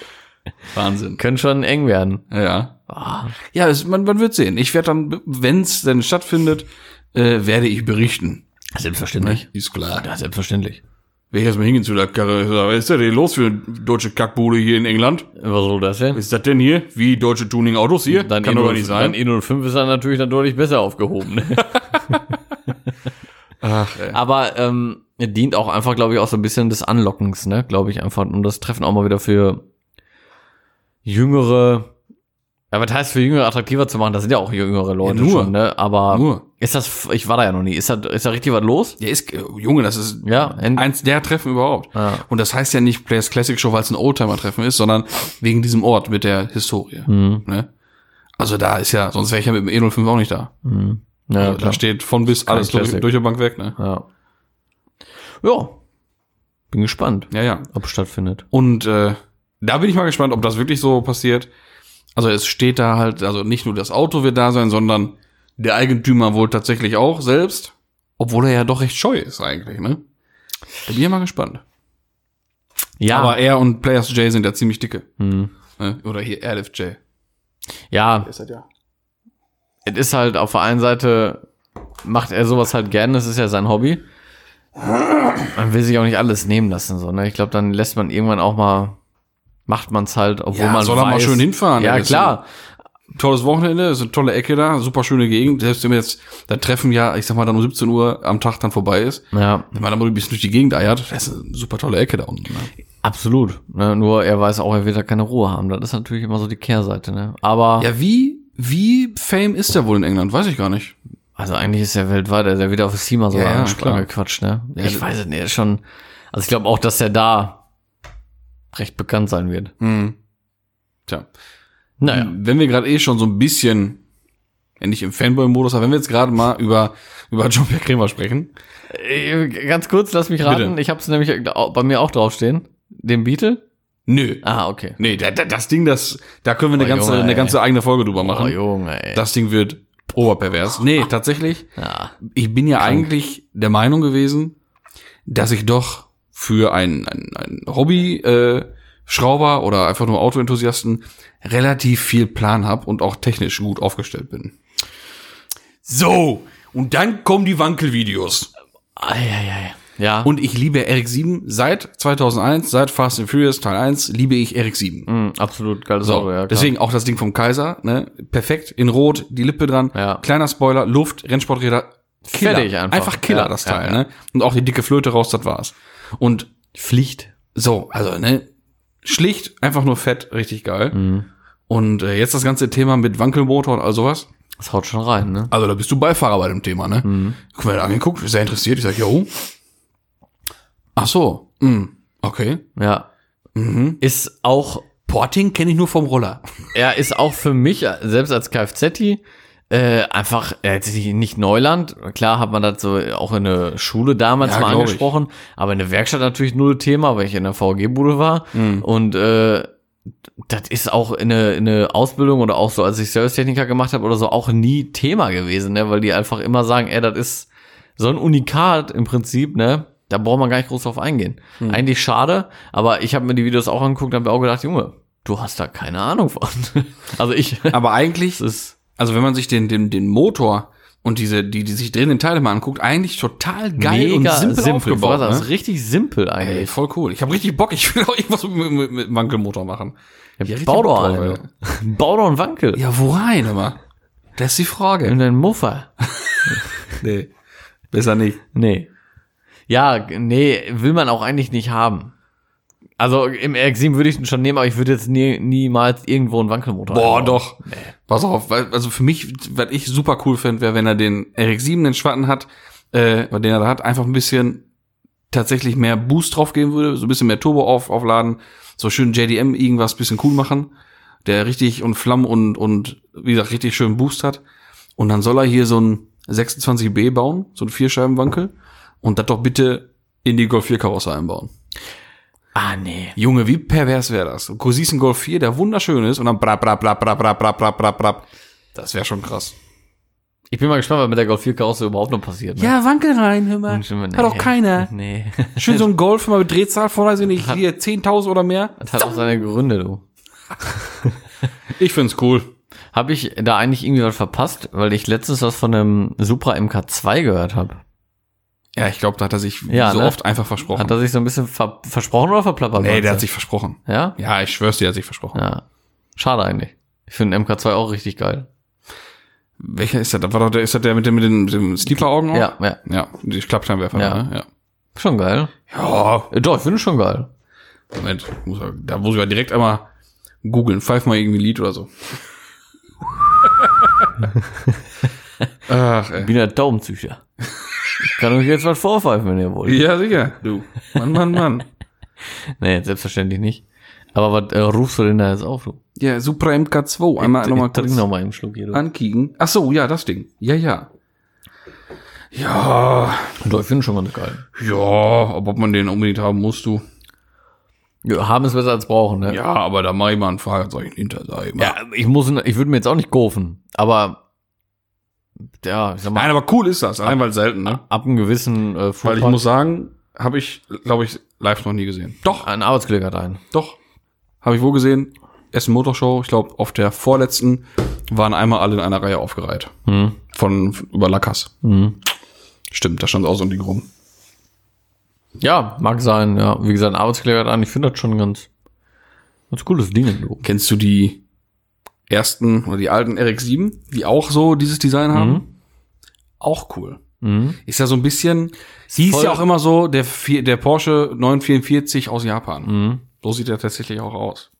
Speaker 1: Wahnsinn.
Speaker 2: Könnte schon eng werden.
Speaker 1: Ja.
Speaker 2: Ah,
Speaker 1: Ja, es, man, man wird sehen. Ich werde dann, wenn's denn stattfindet, äh, werde ich berichten.
Speaker 2: selbstverständlich.
Speaker 1: Ist klar.
Speaker 2: Ne? Ah, Ja, selbstverständlich.
Speaker 1: Wer ich erstmal hingehen zu der Karre, Ich sag, was ist das denn los für eine deutsche Kackbude hier in England?
Speaker 2: Was soll das denn?
Speaker 1: Ist das denn hier? Wie deutsche Tuning-Autos hier?
Speaker 2: Dann
Speaker 1: Kann
Speaker 2: E0-
Speaker 1: doch gar nicht sein.
Speaker 2: Dann E05 ist dann natürlich dann deutlich besser aufgehoben. Ne?
Speaker 1: Ach, äh. ey.
Speaker 2: Aber ähm, er dient auch einfach, glaube ich, auch so ein bisschen des Anlockens, ne? Glaube ich einfach, um das Treffen auch mal wieder für jüngere, ja, was heißt für jüngere attraktiver zu machen? Das sind ja auch jüngere Leute
Speaker 1: nur.
Speaker 2: schon, ne? Aber
Speaker 1: Nur.
Speaker 2: ist das, ich war da ja noch nie, ist da, ist da richtig was los?
Speaker 1: Der ist, äh, Junge, das ist
Speaker 2: Ja, end-
Speaker 1: eins der Treffen überhaupt.
Speaker 2: Ja.
Speaker 1: Und das heißt ja nicht Players Classic Show, weil es ein Oldtimer-Treffen ist, sondern wegen diesem Ort mit der Historie.
Speaker 2: Hm. Mhm,
Speaker 1: Ne? Also da ist ja, sonst wäre ich ja mit dem E05 auch nicht da.
Speaker 2: mhm. Ja,
Speaker 1: also, da steht von bis alles durch,
Speaker 2: Classic.
Speaker 1: durch die Bank weg. Ne?
Speaker 2: ja. ja, bin gespannt,
Speaker 1: Ja, ja.
Speaker 2: ob es stattfindet.
Speaker 1: Und äh, da bin ich mal gespannt, ob das wirklich so passiert. Also es steht da halt, also nicht nur das Auto wird da sein, sondern der Eigentümer wohl tatsächlich auch selbst. Obwohl er ja doch recht scheu ist eigentlich, ne? Da bin ich mal gespannt.
Speaker 2: Ja,
Speaker 1: Aber er und Players J sind ja ziemlich dicke.
Speaker 2: hm.
Speaker 1: Ne? Oder hier RFJ.
Speaker 2: ja,
Speaker 1: Ist das ja.
Speaker 2: es ist halt auf der einen Seite macht er sowas halt gerne, das ist ja sein Hobby. Man will sich auch nicht alles nehmen lassen, so, ne? Ich glaube, dann lässt man irgendwann auch mal, macht man es halt, obwohl
Speaker 1: Ja,
Speaker 2: man
Speaker 1: soll
Speaker 2: weiß,
Speaker 1: er mal schön hinfahren.
Speaker 2: Ja,
Speaker 1: Das ist
Speaker 2: klar.
Speaker 1: Tolles Wochenende, ist eine tolle Ecke da, super schöne Gegend. Selbst wenn jetzt das Treffen ja, ich sag mal, dann um 17 Uhr am Tag dann vorbei ist,
Speaker 2: Ja,
Speaker 1: wenn man dann mal ein bisschen durch die Gegend eiert, das ist eine super tolle Ecke da unten. Ne?
Speaker 2: absolut. Ne? Nur er weiß auch, er wird da keine Ruhe haben. Das ist natürlich immer so die Kehrseite, ne? Aber,
Speaker 1: Ja, wie, wie Fame ist der wohl in England? Weiß ich gar nicht.
Speaker 2: also eigentlich ist er weltweit, er ist ja wieder auf Sima so
Speaker 1: Ja, ja, klar.
Speaker 2: angequatscht, ne? Ich
Speaker 1: das-
Speaker 2: weiß es nicht, er ist schon, also ich glaube auch, dass er da recht bekannt sein wird.
Speaker 1: Hm. Tja.
Speaker 2: Mhm. Naja.
Speaker 1: Wenn wir gerade eh schon so ein bisschen, ja nicht im Fanboy-Modus, aber wenn wir jetzt gerade mal über, über Jean-Pierre Krämer sprechen.
Speaker 2: Äh, Ganz kurz, lass mich raten.
Speaker 1: Bitte.
Speaker 2: Ich habe es nämlich bei mir auch draufstehen. Den Beetle?
Speaker 1: Nö.
Speaker 2: Ah, okay.
Speaker 1: Nee, da, da, das Ding, das, da können wir eine
Speaker 2: Oh,
Speaker 1: ganze,
Speaker 2: Junge,
Speaker 1: eine
Speaker 2: ey. Oh,
Speaker 1: ganze eigene Folge drüber machen.
Speaker 2: Junge, ey.
Speaker 1: das Ding wird oberpervers. Nee, tatsächlich.
Speaker 2: ja.
Speaker 1: Ich bin ja eigentlich der Meinung gewesen, dass ich doch für ein, ein, ein Hobby-Schrauber oder einfach nur Autoenthusiasten relativ viel Plan habe und auch technisch gut aufgestellt bin. So, und dann kommen die Wankelvideos.
Speaker 2: Eieiei. Ja.
Speaker 1: Und ich liebe RX7 seit 2001, seit Fast and Furious Teil 1 liebe ich RX7.
Speaker 2: Mhm, absolut geiles
Speaker 1: So,
Speaker 2: Auto, ja. Klar.
Speaker 1: deswegen auch das Ding vom Kaiser, ne? Perfekt, in Rot, die Lippe dran,
Speaker 2: Ja.
Speaker 1: kleiner Spoiler, Luft, Rennsporträder, Killer.
Speaker 2: Fertig einfach.
Speaker 1: Killer,
Speaker 2: Ja,
Speaker 1: das
Speaker 2: ja,
Speaker 1: Teil,
Speaker 2: ja.
Speaker 1: ne? Und auch die dicke Flöte raus, das war's. Und
Speaker 2: Pflicht.
Speaker 1: so, also, ne? Schlicht, einfach nur fett, richtig geil.
Speaker 2: Mhm.
Speaker 1: Und äh, jetzt das ganze Thema mit Wankelmotor und all sowas.
Speaker 2: Das haut schon rein, ne?
Speaker 1: Also da bist du Beifahrer bei dem Thema, ne?
Speaker 2: Mhm.
Speaker 1: Guck mal, angeguckt, sehr interessiert. Ich sag, jo. Ach so, hm, okay.
Speaker 2: Ja.
Speaker 1: Mhm.
Speaker 2: Ist auch,
Speaker 1: Porting kenne ich nur vom Roller.
Speaker 2: ja, ist auch für mich, äh, selbst als Kfz, äh, einfach äh, jetzt nicht- nicht Neuland. Klar hat man das so auch in der Schule damals
Speaker 1: Ja,
Speaker 2: mal
Speaker 1: glaub ich.
Speaker 2: angesprochen, aber in der Werkstatt natürlich null Thema, weil ich in der VG-Bude war.
Speaker 1: Mhm.
Speaker 2: Und äh, das ist auch in eine, in eine Ausbildung oder auch so, als ich Servicetechniker gemacht habe oder so, auch nie Thema gewesen, ne? weil die einfach immer sagen, ey, das ist so ein Unikat im Prinzip, ne? Da braucht man gar nicht groß drauf eingehen. Eigentlich schade, aber ich habe mir die Videos auch angeguckt und habe auch gedacht, Junge, du hast da keine Ahnung von. Also ich,
Speaker 1: Aber eigentlich
Speaker 2: es ist,
Speaker 1: Also wenn man sich den, den, den Motor und diese, die, die sich drehenden Teile mal anguckt, eigentlich total geil
Speaker 2: mega
Speaker 1: und simpel, aufgebaut.
Speaker 2: also Das
Speaker 1: Ne?
Speaker 2: ist richtig simpel
Speaker 1: Ey,
Speaker 2: eigentlich.
Speaker 1: voll cool. Ich habe richtig Bock. Ich will auch irgendwas mit, mit, mit Wankelmotor machen.
Speaker 2: ja,
Speaker 1: richtig
Speaker 2: bau doch
Speaker 1: Bock drauf,
Speaker 2: einen. Bau doch einen Wankel.
Speaker 1: Ja, wo rein immer? Das ist die
Speaker 2: In
Speaker 1: Frage.
Speaker 2: deinen Muffer.
Speaker 1: Nee, besser nicht.
Speaker 2: Nee. Ja, g- nee, will man auch eigentlich nicht haben. Also im RX7 würde ich ihn schon nehmen, aber ich würde jetzt nie, niemals irgendwo einen Wankelmotor
Speaker 1: Boah,
Speaker 2: einbauen.
Speaker 1: doch. Pass auf, weil, also für mich, was ich super cool fänd, wäre, wenn er den RX-7, den Schwatten hat, äh, den er da hat, einfach ein bisschen tatsächlich mehr Boost drauf geben würde, so ein bisschen mehr Turbo auf, aufladen, so schön JDM irgendwas bisschen cool machen, der richtig und Flamm und, und, wie gesagt, richtig schön Boost hat. Und dann soll er hier so ein 26B bauen, so ein Vierscheibenwankel, und das doch bitte in die Golf 4 Karosse einbauen.
Speaker 2: Ah, nee.
Speaker 1: Junge, wie pervers wäre das? Du siehst einen Golf 4, der wunderschön ist, und dann brab, brab, brab, brab, brab, brab, brab, brab, brab. Das wäre schon krass.
Speaker 2: Ich bin mal gespannt, was mit der Golf 4 Karosse überhaupt noch passiert. Ne?
Speaker 1: Wankel rein, hör mal.
Speaker 2: Wünschen wir- nee.
Speaker 1: Hat auch keiner.
Speaker 2: Nee.
Speaker 1: Schön so ein Golf mal mit Drehzahl von, weiß ich nicht, hier 10.000 oder mehr.
Speaker 2: Das hat auch seine Gründe, du.
Speaker 1: Ich find's cool.
Speaker 2: Habe ich da eigentlich irgendwie was verpasst, weil ich letztens was von einem Supra MK2 gehört habe.
Speaker 1: Ja, ich glaube, da hat er sich
Speaker 2: Ja,
Speaker 1: so
Speaker 2: ne?
Speaker 1: oft einfach versprochen.
Speaker 2: Hat er sich so ein bisschen ver versprochen oder verplappert?
Speaker 1: nee,
Speaker 2: meinst
Speaker 1: der hat
Speaker 2: du?
Speaker 1: sich versprochen.
Speaker 2: Ja?
Speaker 1: Ja, ich schwör's dir, der hat sich versprochen.
Speaker 2: Ja. Schade eigentlich. Ich finde MK2 auch richtig geil.
Speaker 1: Welcher ist das? War doch der, ist das der mit dem, mit dem, mit dem Sleeper-Augen? auch?
Speaker 2: Ja, ja.
Speaker 1: Ja, die Klappscheinwerfer.
Speaker 2: Ja.
Speaker 1: Ne?
Speaker 2: Schon geil.
Speaker 1: ja. Ja,
Speaker 2: Äh, Doch, ich finde schon geil.
Speaker 1: Moment, ich muss, da muss ich ja direkt einmal googeln. Pfeif mal irgendwie ein Lied oder so. Ach,
Speaker 2: Ich
Speaker 1: ey.
Speaker 2: bin ja Daumenzüchter. Ich kann euch jetzt was vorpfeifen, wenn ihr wollt.
Speaker 1: Ja, sicher, du. Mann, Mann, Mann.
Speaker 2: Nee, selbstverständlich nicht. Aber was äh, rufst du denn da jetzt auf, du?
Speaker 1: Ja, Supra MK2. Einmal
Speaker 2: Ich-
Speaker 1: nochmal
Speaker 2: ich trink
Speaker 1: kurz
Speaker 2: noch mal einen Schluck hier, du.
Speaker 1: ankicken. Ach so, ja, das Ding. Ja, ja. Ja,
Speaker 2: Doch, ich finde schon ganz geil.
Speaker 1: ja, aber ob man den unbedingt haben muss, du.
Speaker 2: Ja, haben ist besser als brauchen, ne?
Speaker 1: Ja, aber da mach ich mal einen Fragezeichen hinter, sag ich mal.
Speaker 2: Ja, Äh, ich muss, ich würde mir jetzt auch nicht kaufen, aber ja, ich sag mal,
Speaker 1: Nein, aber cool ist das. Allein weil selten, ne?
Speaker 2: ab einem gewissen äh,
Speaker 1: Weil ich
Speaker 2: Fuhrpark-
Speaker 1: muss sagen, habe ich, glaube ich, live noch nie gesehen. Doch,
Speaker 2: ein Arbeitskollege hat einen.
Speaker 1: Doch. Habe ich wohl gesehen. Essen Motorshow, ich glaube, auf der vorletzten waren einmal alle in einer Reihe aufgereiht.
Speaker 2: Hm.
Speaker 1: Von f- über Lackers.
Speaker 2: Mhm.
Speaker 1: Stimmt, da stand auch so ein Ding rum.
Speaker 2: Ja, mag sein, ja. Wie gesagt, ein Arbeitskollege hat einen. Ich finde das schon ganz, ganz cooles Ding, du.
Speaker 1: Kennst du die ersten oder die alten RX7, die auch so dieses Design haben? Auch cool.
Speaker 2: Mhm.
Speaker 1: Ist ja so ein bisschen, hieß
Speaker 2: voll-
Speaker 1: ja auch immer so, der, vier- der Porsche 944 aus Japan.
Speaker 2: Mhm.
Speaker 1: So sieht er tatsächlich auch aus.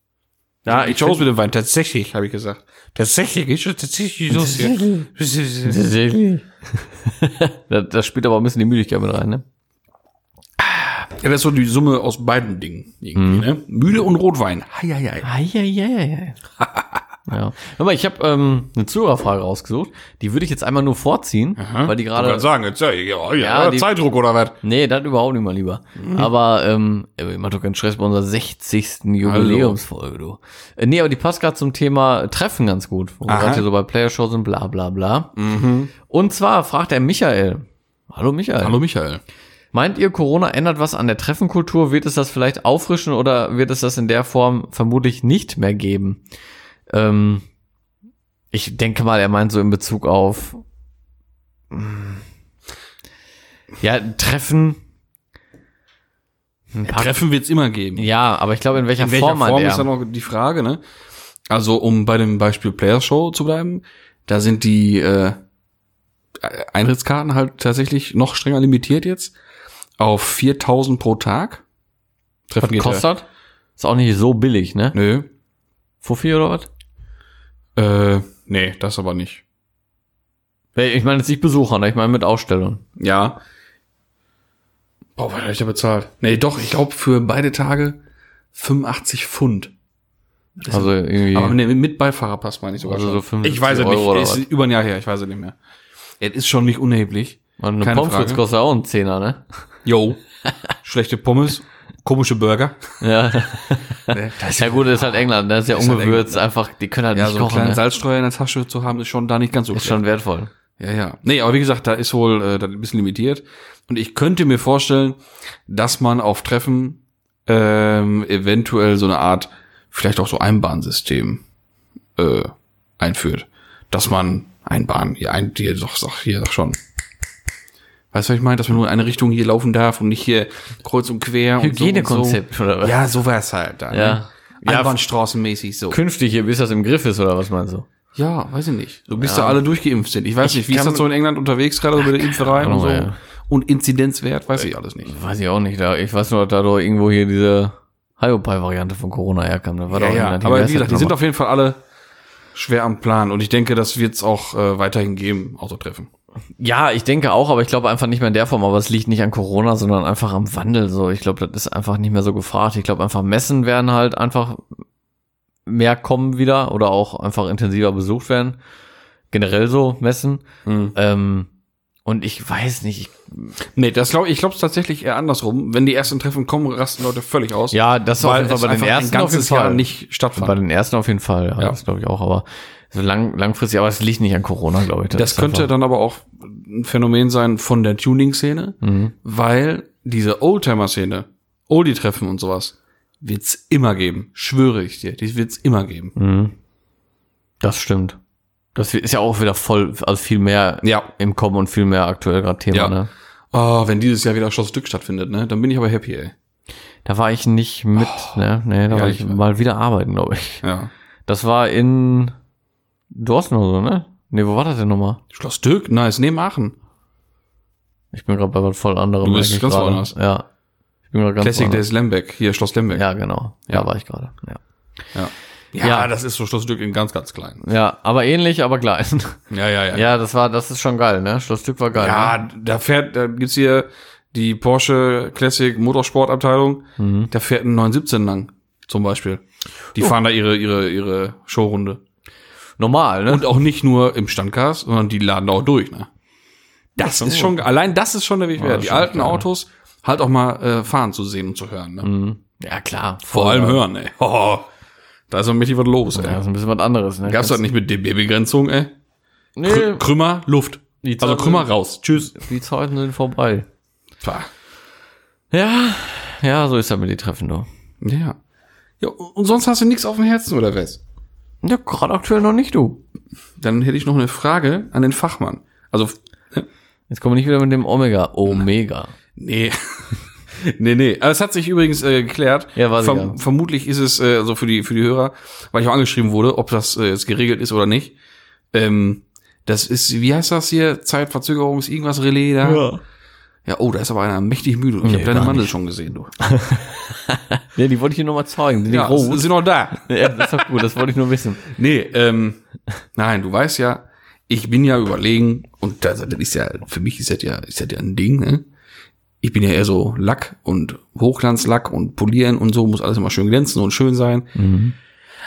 Speaker 2: Ja, ich
Speaker 1: schaue mit dem Wein. Tatsächlich, habe ich gesagt. Tatsächlich, ich tatsächlich so.
Speaker 2: Tatsächlich. das, das spielt aber ein bisschen die Müdigkeit mit rein, ne?
Speaker 1: Ja, das ist so die Summe aus beiden Dingen
Speaker 2: Mhm.
Speaker 1: irgendwie, ne? Mühle und Rotwein. Heieiei.
Speaker 2: Eieiei. ja. Hör mal, ich habe ähm, eine Zuhörerfrage rausgesucht. Die würde ich jetzt einmal nur vorziehen, weil die gerade.
Speaker 1: sagen, jetzt, ja, ja,
Speaker 2: Ja, die-
Speaker 1: Zeitdruck oder was?
Speaker 2: Nee, das überhaupt nicht mal lieber. Aber ähm, ey, mach doch keinen Stress bei unserer 60. Jubiläumsfolge, du. Äh, nee, aber die passt gerade zum Thema Treffen ganz gut. Wo wir
Speaker 1: Aha.
Speaker 2: gerade hier so bei Playershows und bla bla bla. Und zwar fragt er Michael. Hallo Michael.
Speaker 1: Hallo Michael.
Speaker 2: Meint ihr, Corona ändert was an der Treffenkultur? Wird es das vielleicht auffrischen oder wird es das in der Form vermutlich nicht mehr geben? Ähm, ich denke mal, er meint so in Bezug auf mm, ja, Treffen. Ein paar-
Speaker 1: Treffen wird's immer geben.
Speaker 2: ja, aber ich glaube, in welcher,
Speaker 1: In welcher Form,
Speaker 2: meint er?
Speaker 1: ist dann noch die Frage, ne? Also, um bei dem Beispiel Players Show zu bleiben, da sind die äh, Eintrittskarten halt tatsächlich noch strenger limitiert jetzt auf 4000 pro Tag. Treffen
Speaker 2: Was
Speaker 1: geht ja-
Speaker 2: kostet? Ist auch nicht so billig, ne?
Speaker 1: Nö.
Speaker 2: Fuffi oder was?
Speaker 1: Äh, nee, das aber nicht.
Speaker 2: Ich meine jetzt nicht Besucher, ne? ich meine mit Ausstellung.
Speaker 1: Ja. Boah, was hab ich da bezahlt? Nee, doch, ich glaube für beide Tage 85 Pfund. Das
Speaker 2: Also irgendwie.
Speaker 1: Aber ne, nee, mit Beifahrerpass meine ich sogar.
Speaker 2: Also so
Speaker 1: schon.
Speaker 2: 75
Speaker 1: ich weiß es nicht.
Speaker 2: Euro oder
Speaker 1: ist
Speaker 2: was?
Speaker 1: über ein Jahr her, ich weiß es nicht mehr. Es ist schon nicht unerheblich.
Speaker 2: Und eine
Speaker 1: keine
Speaker 2: Pommes frites
Speaker 1: Frage.
Speaker 2: kostet auch einen Zehner, ne?
Speaker 1: Yo. Schlechte Pommes, komische Burger.
Speaker 2: Ja.
Speaker 1: Ne?
Speaker 2: ja gut, ist halt England, ne? Ist ja
Speaker 1: Ist halt
Speaker 2: ungewürzt, einfach, die können halt
Speaker 1: ja,
Speaker 2: nicht
Speaker 1: so einen
Speaker 2: kochen.
Speaker 1: kleinen
Speaker 2: Ne?
Speaker 1: Salzstreuer in der Tasche zu haben, ist schon da nicht ganz so
Speaker 2: Ist
Speaker 1: schlecht.
Speaker 2: schon wertvoll.
Speaker 1: Ja, ja. Nee, aber wie gesagt, da ist wohl äh, das ein bisschen limitiert. Und ich könnte mir vorstellen, dass man auf Treffen ähm, eventuell so eine Art, vielleicht auch so Einbahnsystem äh, einführt. Dass man Einbahn, hier ein, hier doch, doch, hier doch schon. Weißt du, was ich meine? Dass man nur in eine Richtung hier laufen darf und nicht hier kreuz und quer.
Speaker 2: Hygienekonzept,
Speaker 1: und so.
Speaker 2: oder was?
Speaker 1: Ja, so wär's halt da.
Speaker 2: Ja.
Speaker 1: Ne?
Speaker 2: Ja,
Speaker 1: Einbahnstraßenmäßig so.
Speaker 2: Künftig hier, bis das im Griff ist, oder was meinst du?
Speaker 1: Ja, weiß ich nicht. So bis da alle durchgeimpft sind. Ich weiß nicht, wie ist
Speaker 2: kann-
Speaker 1: das so in England unterwegs gerade so mit der Impferei und
Speaker 2: Ahnung,
Speaker 1: so?
Speaker 2: ja.
Speaker 1: Und Inzidenzwert, weiß ich alles nicht.
Speaker 2: Weiß ich auch nicht, da, ich weiß nur, dass da doch irgendwo hier diese Hyopai-Variante von Corona herkam. Da war
Speaker 1: Ja,
Speaker 2: doch
Speaker 1: ja.
Speaker 2: England die
Speaker 1: Aber wie
Speaker 2: beste
Speaker 1: gesagt, die sind
Speaker 2: Nummer.
Speaker 1: auf jeden Fall alle schwer am Plan. Und ich denke, das wird es auch äh, weiterhin geben, Autotreffen.
Speaker 2: Ja, ich denke auch, aber ich glaube einfach nicht mehr in der Form. Aber es liegt nicht an Corona, sondern einfach am Wandel. So, ich glaube, das ist einfach nicht mehr so gefragt. Ich glaube, einfach Messen werden halt einfach mehr kommen wieder oder auch einfach intensiver besucht werden. Generell so Messen. Ähm, und ich weiß nicht. Ich,
Speaker 1: Nee, das glaub, ich glaube es tatsächlich eher andersrum. Wenn die ersten Treffen kommen, rasten Leute völlig aus.
Speaker 2: ja, das
Speaker 1: weil
Speaker 2: auf jeden
Speaker 1: es
Speaker 2: Fall bei
Speaker 1: einfach
Speaker 2: den ersten
Speaker 1: ein
Speaker 2: auf jeden
Speaker 1: ganzes
Speaker 2: Fall.
Speaker 1: Jahr nicht
Speaker 2: bei
Speaker 1: stattfand.
Speaker 2: den ersten auf jeden Fall. Ja,
Speaker 1: Ja.
Speaker 2: das glaube ich auch. Aber so lang, langfristig. Aber es liegt nicht an Corona, glaube ich.
Speaker 1: Das
Speaker 2: ist
Speaker 1: könnte
Speaker 2: einfach-
Speaker 1: dann aber auch ein Phänomen sein von der Tuning-Szene,
Speaker 2: Mhm,
Speaker 1: weil diese Oldtimer-Szene, Oldie-Treffen und sowas, wird's immer geben. Schwöre ich dir. Die wird's immer geben.
Speaker 2: Mhm. Das stimmt. Das ist ja auch wieder voll, also viel mehr
Speaker 1: Ja.
Speaker 2: im Kommen und viel mehr aktuell gerade Thema.
Speaker 1: Ja.
Speaker 2: Ne?
Speaker 1: Oh, wenn dieses Jahr wieder Schloss Stück stattfindet, ne? Dann bin ich aber happy, ey.
Speaker 2: Da war ich nicht mit, ne? Nee, da
Speaker 1: Oh. Ja,
Speaker 2: war ich
Speaker 1: ich-
Speaker 2: mal wieder arbeiten, glaube ich.
Speaker 1: Ja.
Speaker 2: Das war in Dorsten oder so, ne? Nee, wo war das denn nochmal?
Speaker 1: Schloss Stück? Nice, neben Aachen.
Speaker 2: Ich bin gerade bei was voll anderem.
Speaker 1: Du bist
Speaker 2: eigentlich
Speaker 1: ganz
Speaker 2: gerade.
Speaker 1: woanders.
Speaker 2: Ja. Ich bin gerade ganz
Speaker 1: Classic
Speaker 2: woanders.
Speaker 1: Days Lembeck, hier Schloss Lembeck.
Speaker 2: Ja, genau. Ja, war ich gerade. Ja.
Speaker 1: Ja.
Speaker 2: Ja.
Speaker 1: das ist so Schloss Stück in ganz, ganz klein.
Speaker 2: ja, aber ähnlich, aber gleich.
Speaker 1: Ja, ja, ja. Ja,
Speaker 2: ja, das war, das ist schon geil, ne? Schlossstück war geil. ne?
Speaker 1: da fährt, da gibt's hier die Porsche Classic Motorsportabteilung.
Speaker 2: Mhm.
Speaker 1: Da fährt ein 917 lang, zum Beispiel. Die fahren da ihre, ihre, ihre Showrunde.
Speaker 2: Normal, ne?
Speaker 1: Und auch nicht nur im Standgas, sondern die laden da auch durch, ne? Das ist schon, allein das ist schon der Weg
Speaker 2: Oh. das
Speaker 1: wert.
Speaker 2: ist
Speaker 1: Die
Speaker 2: schon
Speaker 1: alten
Speaker 2: geil, ne?
Speaker 1: Autos halt auch mal äh, fahren zu sehen und zu hören, ne?
Speaker 2: Mhm. Ja, klar.
Speaker 1: Vor allem hören, ey. Hoho. da ist doch mächtig was los, ey.
Speaker 2: Ja, ist ein bisschen was anderes, ne?
Speaker 1: Gab's das nicht mit DB-Begrenzung, ey?
Speaker 2: Nee,
Speaker 1: Krü- Krümmer, Luft.
Speaker 2: Die
Speaker 1: Also
Speaker 2: Zeiten-
Speaker 1: Krümmer raus. Tschüss.
Speaker 2: die Zeiten sind vorbei.
Speaker 1: Pah.
Speaker 2: Ja, ja, so ist das mit den Treffen, du.
Speaker 1: Ja. ja. Und sonst hast du nichts auf dem Herzen, oder was?
Speaker 2: Ja, gerade aktuell noch nicht, du.
Speaker 1: Dann hätte ich noch eine Frage an den Fachmann. Also,
Speaker 2: Jetzt kommen wir nicht wieder mit dem Omega. Omega.
Speaker 1: nee. nee, nee. Aber es hat sich übrigens äh, geklärt.
Speaker 2: Ja, war sicher.
Speaker 1: Vermutlich ist es, äh, also für die, für die Hörer, weil ich auch angeschrieben wurde, ob das äh, jetzt geregelt ist oder nicht. Ähm, das ist, wie heißt das hier? Zeitverzögerungs, irgendwas Relais da? Ja, oh, da ist aber einer mächtig müde. Ich
Speaker 2: Nee,
Speaker 1: hab deine
Speaker 2: gar
Speaker 1: Mandel schon gesehen, du.
Speaker 2: Ja, die wollte ich dir nochmal zeigen. Sind
Speaker 1: Ja,
Speaker 2: die rot?
Speaker 1: sind noch da.
Speaker 2: Ja, das ist doch gut, das wollte ich nur wissen.
Speaker 1: Nee, ähm, nein, du weißt ja, ich bin ja überlegen, und das, das ist ja, für mich ist das ja, ist das ja ein Ding, ne? Ich bin ja eher so Lack und Hochglanzlack und polieren und so, muss alles immer schön glänzen und schön sein.
Speaker 2: Mhm.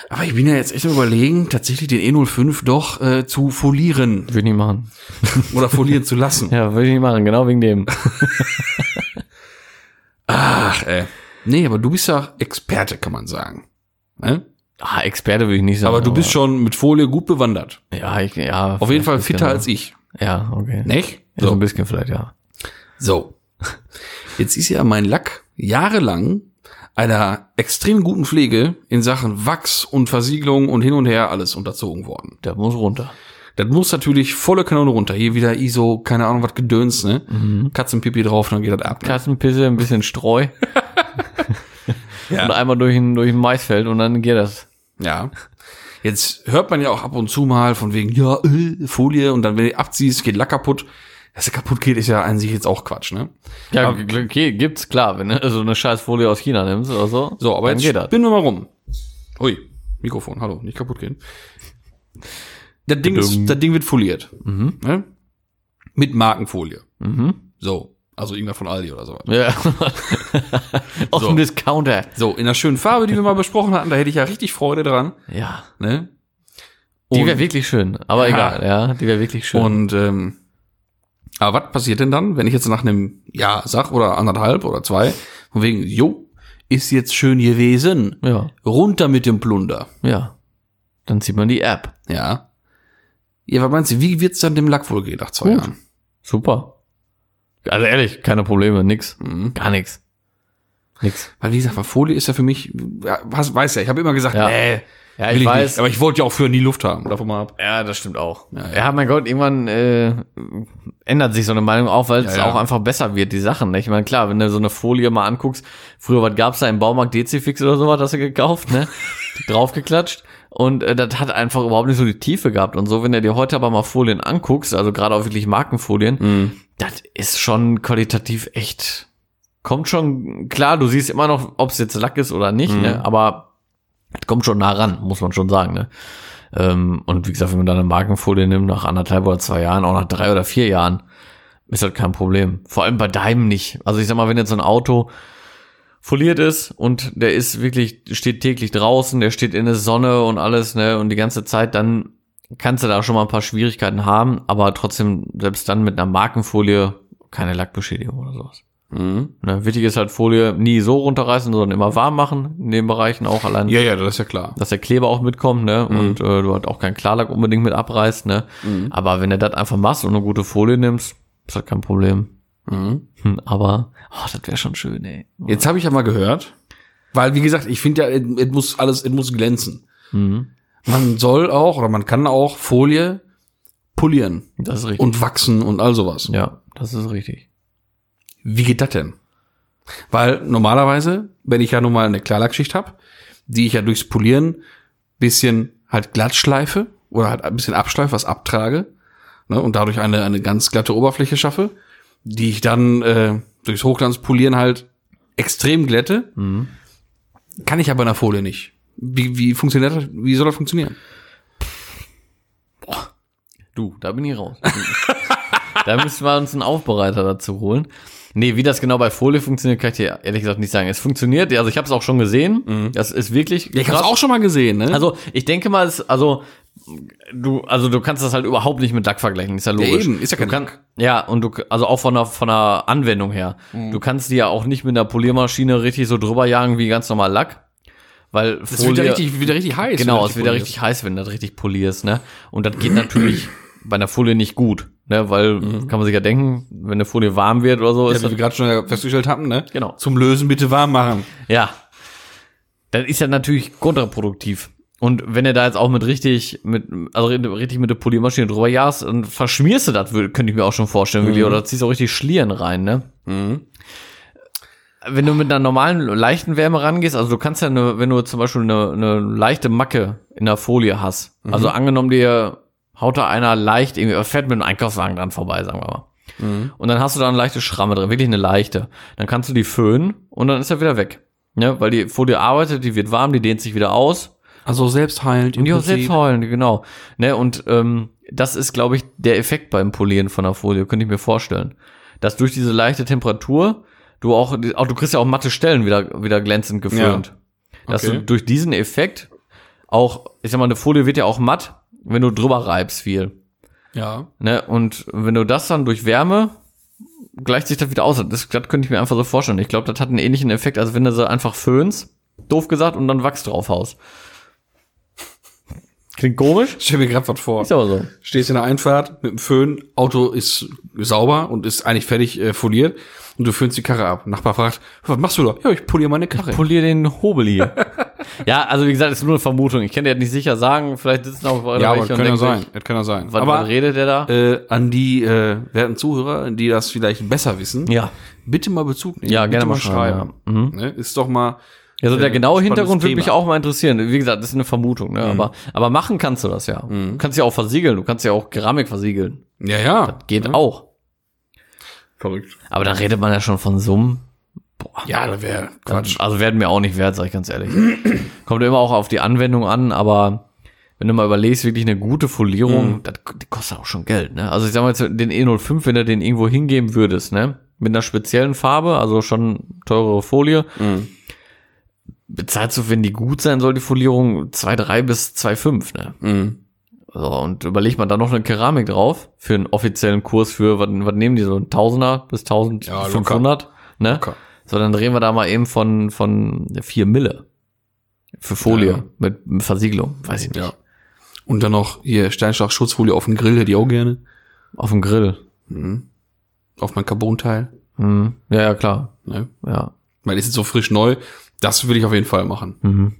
Speaker 1: Aber ich bin ja jetzt echt am überlegen, tatsächlich den E05 doch äh, zu folieren
Speaker 2: Würde ich nicht machen.
Speaker 1: oder folieren zu lassen.
Speaker 2: Ja, würde ich nicht machen, genau wegen dem.
Speaker 1: Ach, ey. Nee, aber du bist ja Experte, kann man sagen. Ne?
Speaker 2: Ah, Experte würde ich nicht sagen.
Speaker 1: Aber du bist schon mit Folie gut bewandert.
Speaker 2: Ja, ich, Also ja.
Speaker 1: Auf jeden Fall fitter als ich.
Speaker 2: Ja, okay.
Speaker 1: Nicht?
Speaker 2: Ja, so ein
Speaker 1: So.
Speaker 2: bisschen vielleicht, ja.
Speaker 1: so. Jetzt ist ja mein Lack jahrelang einer extrem guten Pflege in Sachen Wachs und Versiegelung und hin und her alles unterzogen worden.
Speaker 2: Der muss runter.
Speaker 1: Das muss natürlich volle Kanone runter. Hier wieder ISO, keine Ahnung was Gedöns, ne? Katzenpipi drauf, dann geht das ab. Ne?
Speaker 2: Katzenpisse, ein bisschen Streu.
Speaker 1: Ja.
Speaker 2: Und einmal durch ein, durch ein Maisfeld und dann geht das.
Speaker 1: Ja. Jetzt hört man ja auch ab und zu mal von wegen, ja, äh, Folie und dann, wenn du abziehst, geht Lack kaputt. Dass er kaputt geht, ist ja an sich jetzt auch Quatsch, ne?
Speaker 2: Ja,
Speaker 1: Aber-
Speaker 2: g- okay, gibt's, klar. Wenn du so eine Scheißfolie aus China nimmst oder so.
Speaker 1: So, aber
Speaker 2: dann
Speaker 1: jetzt
Speaker 2: geht das.
Speaker 1: spinnen wir mal rum. Ui, Mikrofon, hallo, nicht kaputt gehen. Das Ding,
Speaker 2: Badum.
Speaker 1: ist, das Ding wird foliert.
Speaker 2: Mhm.
Speaker 1: Ne? Mit Markenfolie.
Speaker 2: Mhm.
Speaker 1: So. Also irgendwas von Aldi oder sowas.
Speaker 2: Ja. aus
Speaker 1: So.
Speaker 2: dem Discounter.
Speaker 1: So, in der schönen Farbe, die wir mal besprochen hatten, da hätte ich ja richtig Freude dran.
Speaker 2: Ja.
Speaker 1: Ne?
Speaker 2: Die
Speaker 1: Und-
Speaker 2: wäre wirklich schön. Aber
Speaker 1: Ja.
Speaker 2: egal, ja. Die wäre wirklich schön.
Speaker 1: Und ähm, aber was passiert denn dann, wenn ich jetzt nach einem Jahr sag oder anderthalb oder zwei, von wegen, jo, ist jetzt schön gewesen,
Speaker 2: ja.
Speaker 1: runter mit dem Plunder.
Speaker 2: Ja. Dann zieht man die App.
Speaker 1: Ja. Ja, was meinst du, wie wird's dann dem Lack wohl gehen nach zwei
Speaker 2: Gut.
Speaker 1: Jahren?
Speaker 2: Super. Also ehrlich, keine Probleme, nix.
Speaker 1: Mhm.
Speaker 2: Gar nix. Nix.
Speaker 1: Weil wie gesagt, weil Folie ist ja für mich, ja, was weiß ja, ich habe immer gesagt,
Speaker 2: Ja.
Speaker 1: nee,
Speaker 2: Ja,
Speaker 1: will ich nicht. Aber ich wollte ja auch für nie Luft haben, davon mal ab.
Speaker 2: ja, das stimmt auch.
Speaker 1: Ja,
Speaker 2: Ja,
Speaker 1: ja.
Speaker 2: mein Gott, irgendwann äh, ändert sich so eine Meinung auch, weil es
Speaker 1: Ja, ja.
Speaker 2: auch einfach besser wird, die Sachen. Ne? Ich meine, klar, wenn du so eine Folie mal anguckst, früher, was gab's da im Baumarkt Dezifix oder sowas, hast du gekauft, ne? Draufgeklatscht. Und äh, das hat einfach überhaupt nicht so die Tiefe gehabt. Und so, wenn du dir heute aber mal Folien anguckst, also gerade auch wirklich Markenfolien, das ist schon qualitativ echt. Kommt schon, klar, du siehst immer noch, ob es jetzt Lack ist oder nicht,
Speaker 1: Mhm.
Speaker 2: ne? aber es kommt schon nah ran, muss man schon sagen. Ne? Ähm, und wie gesagt, wenn man da eine Markenfolie nimmt, nach anderthalb oder zwei Jahren, auch nach drei oder vier Jahren, ist das kein Problem. Vor allem bei deinem nicht. Also ich sag mal, wenn jetzt so ein Auto foliert ist und der ist wirklich, steht täglich draußen, der steht in der Sonne und alles, ne, und die ganze Zeit, dann kannst du da schon mal ein paar Schwierigkeiten haben, aber trotzdem, selbst dann mit einer Markenfolie, keine Lackbeschädigung oder sowas.
Speaker 1: Mhm.
Speaker 2: Ne? Wichtig ist halt Folie nie so runterreißen, sondern immer warm machen, in den Bereichen auch allein.
Speaker 1: Mhm. Ja, Mhm. ja, das ist ja klar.
Speaker 2: Dass der Kleber auch mitkommt, ne? Und äh, du halt auch keinen Klarlack unbedingt mit abreißt, ne?
Speaker 1: Mhm.
Speaker 2: Aber wenn du das einfach machst und eine gute Folie nimmst, ist das kein Problem.
Speaker 1: Mhm.
Speaker 2: Hm, aber, oh, das wäre schon schön, ey.
Speaker 1: Jetzt habe ich ja mal gehört, weil wie gesagt, ich finde ja, es es muss alles, es muss glänzen.
Speaker 2: Mhm.
Speaker 1: Man soll auch oder man kann auch Folie polieren
Speaker 2: Das ist richtig.
Speaker 1: und wachsen und all sowas.
Speaker 2: ja, das ist richtig.
Speaker 1: Wie geht das denn? Weil normalerweise, wenn ich ja nun mal eine Klarlackschicht habe, die ich ja durchs Polieren bisschen halt glatt schleife oder halt ein bisschen abschleife, was abtrage ne, und dadurch eine, eine ganz glatte Oberfläche schaffe, die ich dann äh, durchs Hochglanzpolieren halt extrem glätte,
Speaker 2: Mhm.
Speaker 1: kann ich aber in der Folie nicht. Wie, wie funktioniert das? Wie soll das funktionieren?
Speaker 2: Du, da bin ich raus. da müssen wir uns einen Aufbereiter dazu holen. Nee, wie das genau bei Folie funktioniert, kann ich dir ehrlich gesagt nicht sagen. Es funktioniert, also ich habe es auch schon gesehen. Das ist wirklich.
Speaker 1: Mhm. Ja, ich habe
Speaker 2: krass.
Speaker 1: es auch schon mal gesehen, ne?
Speaker 2: Also ich denke mal, es, also du, also du kannst das halt überhaupt nicht mit Lack vergleichen, ist ja logisch.
Speaker 1: eben, ist ja kein
Speaker 2: du kann,
Speaker 1: Lack.
Speaker 2: Ja, und du, also auch von der, von der Anwendung her.
Speaker 1: Mhm.
Speaker 2: Du kannst die ja auch nicht mit einer Poliermaschine richtig so drüber jagen wie ganz normal Lack. Weil Folie,
Speaker 1: es wird ja richtig, wird ja richtig heiß. wenn
Speaker 2: Genau,
Speaker 1: du
Speaker 2: es wird ja
Speaker 1: polierst.
Speaker 2: richtig heiß, wenn du das richtig polierst, ne? Und das geht natürlich bei einer Folie nicht gut, ne? Weil, kann man sich ja denken, wenn eine Folie warm wird oder so,
Speaker 1: Mhm. Ja,
Speaker 2: ist
Speaker 1: wie
Speaker 2: das,
Speaker 1: wir gerade schon festgestellt haben, ne?
Speaker 2: also Genau.
Speaker 1: Zum Lösen bitte warm machen.
Speaker 2: ja. Dann ist das natürlich kontraproduktiv. Und wenn du da jetzt auch mit richtig, mit, also richtig mit der Poliermaschine drüber jagst, dann verschmierst du das, wür- könnte ich mir auch schon vorstellen, wirklich, oder ziehst auch richtig Schlieren rein, ne? wenn du mit einer normalen, leichten Wärme rangehst, also du kannst ja, eine, wenn du zum Beispiel eine, eine leichte Macke in der Folie hast, also angenommen dir haut da einer leicht irgendwie, oder fährt mit einem Einkaufswagen dran vorbei, sagen wir mal. Und dann hast du da eine leichte Schramme drin, wirklich eine leichte. Dann kannst du die föhnen und dann ist er wieder weg. Ne? Weil die Folie arbeitet, die wird warm, die dehnt sich wieder aus.
Speaker 1: Also selbst heilend im
Speaker 2: Und die auch
Speaker 1: Prinzip.
Speaker 2: selbst heulen, genau. Ne? Und ähm, das ist, glaube ich, der Effekt beim Polieren von der Folie, könnte ich mir vorstellen. Dass durch diese leichte Temperatur du auch, auch du kriegst ja auch matte Stellen wieder, wieder glänzend geföhnt. Dass
Speaker 1: Okay.
Speaker 2: du durch diesen Effekt auch, ich sag mal, eine Folie wird ja auch matt, wenn du drüber reibst viel.
Speaker 1: Ja.
Speaker 2: Ne? Und wenn du das dann durch Wärme gleicht sich das wieder aus. Das, das könnte ich mir einfach so vorstellen. Ich glaube, das hat einen ähnlichen Effekt, als wenn du sie einfach föhnst, doof gesagt, und dann Wachs draufhaust. Klingt komisch?
Speaker 1: Stell mir gerade was vor.
Speaker 2: Ist aber so.
Speaker 1: Stehst in der Einfahrt mit dem Föhn, Auto ist sauber und ist eigentlich fertig äh, foliert. Und Und du führst die Karre ab. Nachbar fragt, was machst du da? Ja, ich poliere meine Karre.
Speaker 2: Polier den Hobel hier. ja, also wie gesagt, ist nur eine Vermutung. Ich kann dir das nicht sicher sagen. Vielleicht sitzen auch
Speaker 1: ja, aber das
Speaker 2: welche
Speaker 1: kann ja
Speaker 2: denken
Speaker 1: sein.
Speaker 2: sich,
Speaker 1: Das kann ja sein.
Speaker 2: Wann, wann redet der da?
Speaker 1: äh, an die äh, werten Zuhörer, die das vielleicht besser wissen,
Speaker 2: äh, Ja.
Speaker 1: bitte mal Bezug nehmen.
Speaker 2: Ja,
Speaker 1: bitte
Speaker 2: gerne mal schreiben,
Speaker 1: Ne? Ist doch mal.
Speaker 2: Also der
Speaker 1: äh,
Speaker 2: genaue
Speaker 1: spannendes
Speaker 2: Hintergrund würde
Speaker 1: Thema.
Speaker 2: mich auch mal interessieren. Wie gesagt, das ist eine Vermutung, ne? aber, aber machen kannst du das ja. Du kannst ja auch versiegeln, du kannst ja auch Keramik versiegeln.
Speaker 1: Ja, ja. Ne?
Speaker 2: Geht auch.
Speaker 1: Verrückt.
Speaker 2: Aber dann redet man ja schon von Summen. Boah.
Speaker 1: Ja, das wäre
Speaker 2: Dann-
Speaker 1: Quatsch.
Speaker 2: Also werden mir auch nicht wert, sag ich ganz ehrlich. Kommt immer auch auf die Anwendung an, aber wenn du mal überlegst, wirklich eine gute Folierung, das, die kostet auch schon Geld, ne? Also ich sag mal jetzt den E05, wenn du den irgendwo hingeben würdest, ne? Mit einer speziellen Farbe, also schon teurere Folie, bezahlst du, wenn die gut sein soll, die Folierung 2,3 bis 2,5, ne?
Speaker 1: Mhm.
Speaker 2: So, und überlegt man da noch eine Keramik drauf für einen offiziellen Kurs für, was, was nehmen die so, ein Tausender bis 1500, ne?
Speaker 1: Locker.
Speaker 2: So, dann reden wir da mal eben von, von vier Mille. Für Folie
Speaker 1: Ja.
Speaker 2: mit mit Versiegelung, weiß ich nicht.
Speaker 1: Ja. Und dann noch hier Steinschlag-Schutzfolie auf dem Grill, hätte ich auch gerne.
Speaker 2: Auf dem Grill.
Speaker 1: Mhm. Auf mein Carbon-Teil.
Speaker 2: Mhm. Ja, ja, klar.
Speaker 1: Ne?
Speaker 2: Ja.
Speaker 1: Weil die sind so frisch neu. Das will ich auf jeden Fall machen.
Speaker 2: Mhm.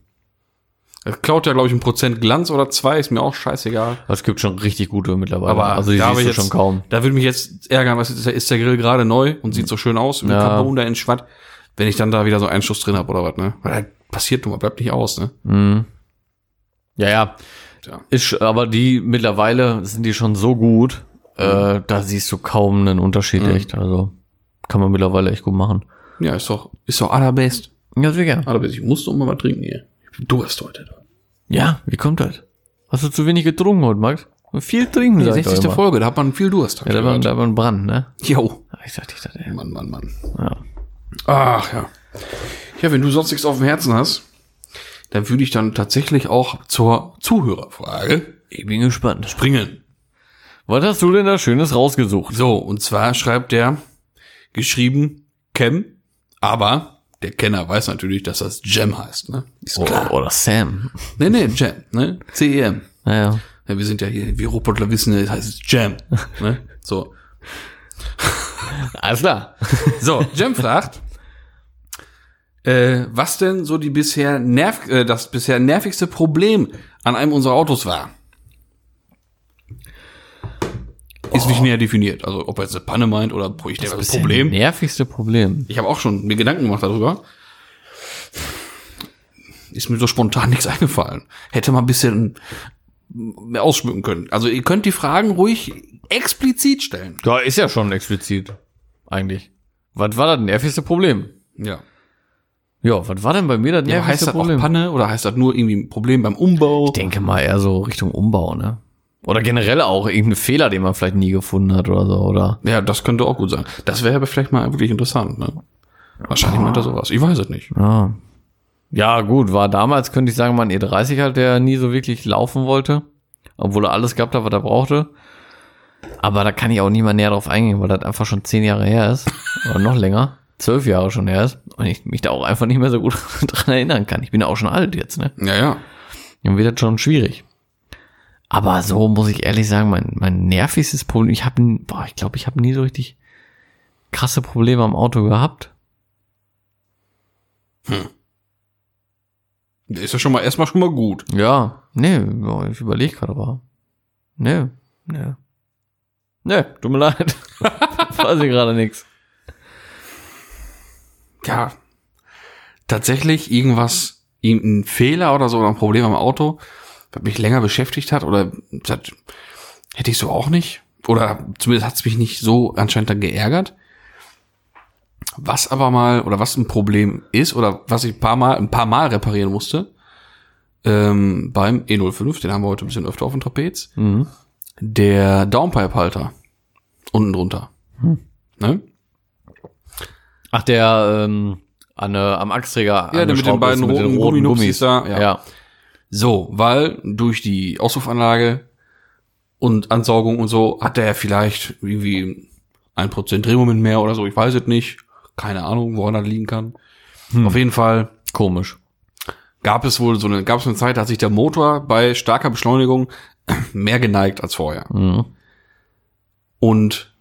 Speaker 1: Das klaut ja, glaube ich, ein Prozent Glanz oder zwei, ist mir auch scheißegal.
Speaker 2: Es gibt schon richtig gute mittlerweile.
Speaker 1: Aber
Speaker 2: also die
Speaker 1: da
Speaker 2: siehst
Speaker 1: hab
Speaker 2: du
Speaker 1: ich jetzt-
Speaker 2: schon kaum.
Speaker 1: Da würde mich jetzt ärgern, was ist, der- ist der Grill gerade neu und sieht so schön aus, mit
Speaker 2: Ja.
Speaker 1: Carbon da in Schwatt, wenn ich dann da wieder so einen Schuss drin habe oder was, ne? Weil das passiert nun mal, bleibt nicht aus, ne?
Speaker 2: Mhm. Ja, ja.
Speaker 1: Tja.
Speaker 2: Ist, aber die mittlerweile sind die schon so gut, äh, da siehst du kaum einen Unterschied echt. Also kann man mittlerweile echt gut machen.
Speaker 1: Ja, ist doch, ist doch allerbest.
Speaker 2: Ja, sehr gerne.
Speaker 1: Allerbest, ich muss doch mal was trinken hier. Ich bin Durst heute.
Speaker 2: Ja, wie kommt das? Hast du zu wenig getrunken heute, Max? Viel trinken,
Speaker 1: Die
Speaker 2: sag ich doch
Speaker 1: 60.
Speaker 2: immer.
Speaker 1: Folge, da hat man viel Durst. hab
Speaker 2: Ja,
Speaker 1: ich
Speaker 2: da war,
Speaker 1: gehört.
Speaker 2: da war ein Brand, ne?
Speaker 1: Jo.
Speaker 2: Ich dachte, ich dachte, ey.
Speaker 1: Mann, Mann, Mann.
Speaker 2: Ja.
Speaker 1: Ach ja. Ja, wenn du sonst nichts auf dem Herzen hast, dann würde ich dann tatsächlich auch zur Zuhörerfrage
Speaker 2: Ich bin gespannt.
Speaker 1: springen.
Speaker 2: Was hast du denn da Schönes rausgesucht?
Speaker 1: So, und zwar schreibt der, geschrieben, Cam, aber der Kenner weiß natürlich, dass das Jam heißt, ne? Ist
Speaker 2: Oder, Oh, oder Sam.
Speaker 1: Nee, nee, Jam, ne? C-E-M.
Speaker 2: Naja.
Speaker 1: Ja, wir sind ja hier, wir Robotler wissen, es heißt Jam, ne? So.
Speaker 2: Alles klar.
Speaker 1: So, Jem fragt, äh, was denn so die bisher nerv äh, das bisher nervigste Problem an einem unserer Autos war. Ist nicht näher definiert. Also ob er jetzt eine Panne meint oder boah, ich denke, das Problem.
Speaker 2: Nervigste Problem.
Speaker 1: Ich habe auch schon mir Gedanken gemacht darüber. Ist mir so spontan nichts eingefallen. Hätte man ein bisschen mehr ausschmücken können. Also ihr könnt die Fragen ruhig explizit stellen.
Speaker 2: Ja, ist ja schon explizit. Eigentlich. Was war das nervigste Problem?
Speaker 1: Ja.
Speaker 2: Ja, was war denn bei mir das
Speaker 1: ja aber heißt
Speaker 2: nervigste
Speaker 1: das
Speaker 2: Problem?
Speaker 1: auch Panne oder heißt das nur irgendwie ein Problem beim Umbau?
Speaker 2: ich denke mal eher so Richtung Umbau, ne? Oder generell auch irgendein Fehler, den man vielleicht nie gefunden hat oder so, oder?
Speaker 1: Ja, das könnte auch gut sein. Das wäre aber vielleicht mal wirklich interessant, ne? Wahrscheinlich meint er sowas. Ich weiß es nicht.
Speaker 2: Ja. Ja, gut, war damals, könnte ich sagen, mal ein E30 halt, der nie so wirklich laufen wollte. Obwohl er alles gehabt hat, was er brauchte. Aber da kann ich auch niemand näher drauf eingehen, weil das einfach schon zehn Jahre her ist. Oder noch länger. Zwölf Jahre schon her ist. Und ich mich da auch einfach nicht mehr so gut dran erinnern kann. Ich bin ja auch schon alt jetzt, ne?
Speaker 1: Ja, ja.
Speaker 2: Dann wird das schon schwierig. Aber so muss ich ehrlich sagen, mein, mein nervigstes Problem, ich habe, boah, ich glaube, ich habe nie so richtig krasse Probleme am Auto gehabt.
Speaker 1: Ist ja schon mal erstmal schon mal gut.
Speaker 2: Ja, nee, ja, ich überlege gerade aber. Nee, nee. Nee, tut mir leid. Weiß ich gerade nichts.
Speaker 1: Ja. Tatsächlich irgendwas, irgendein Fehler oder so oder ein Problem am Auto, was mich länger beschäftigt hat oder das hätte ich so auch nicht. Oder zumindest hat es mich nicht so anscheinend dann geärgert. Was aber mal, oder was ein Problem ist, oder was ich ein paar Mal, ein paar Mal reparieren musste, ähm, beim E05, den haben wir heute ein bisschen öfter auf dem Trapez,
Speaker 2: Mhm.
Speaker 1: der Downpipe-Halter unten drunter. Ne?
Speaker 2: Ach, der ähm, an, äh, am Achsträger.
Speaker 1: Ja, der mit den
Speaker 2: angeschraubt
Speaker 1: beiden
Speaker 2: ist,
Speaker 1: roten Gumminupsis da, ja.
Speaker 2: ja.
Speaker 1: So, weil durch die Auspuffanlage und Ansaugung und so hat er vielleicht irgendwie ein Prozent Drehmoment mehr oder so. Ich weiß es nicht. Keine Ahnung, woran das liegen kann. Auf jeden Fall
Speaker 2: Komisch.
Speaker 1: gab es wohl so eine, gab es eine Zeit, da hat sich der Motor bei starker Beschleunigung mehr geneigt als vorher.
Speaker 2: Mhm.
Speaker 1: Und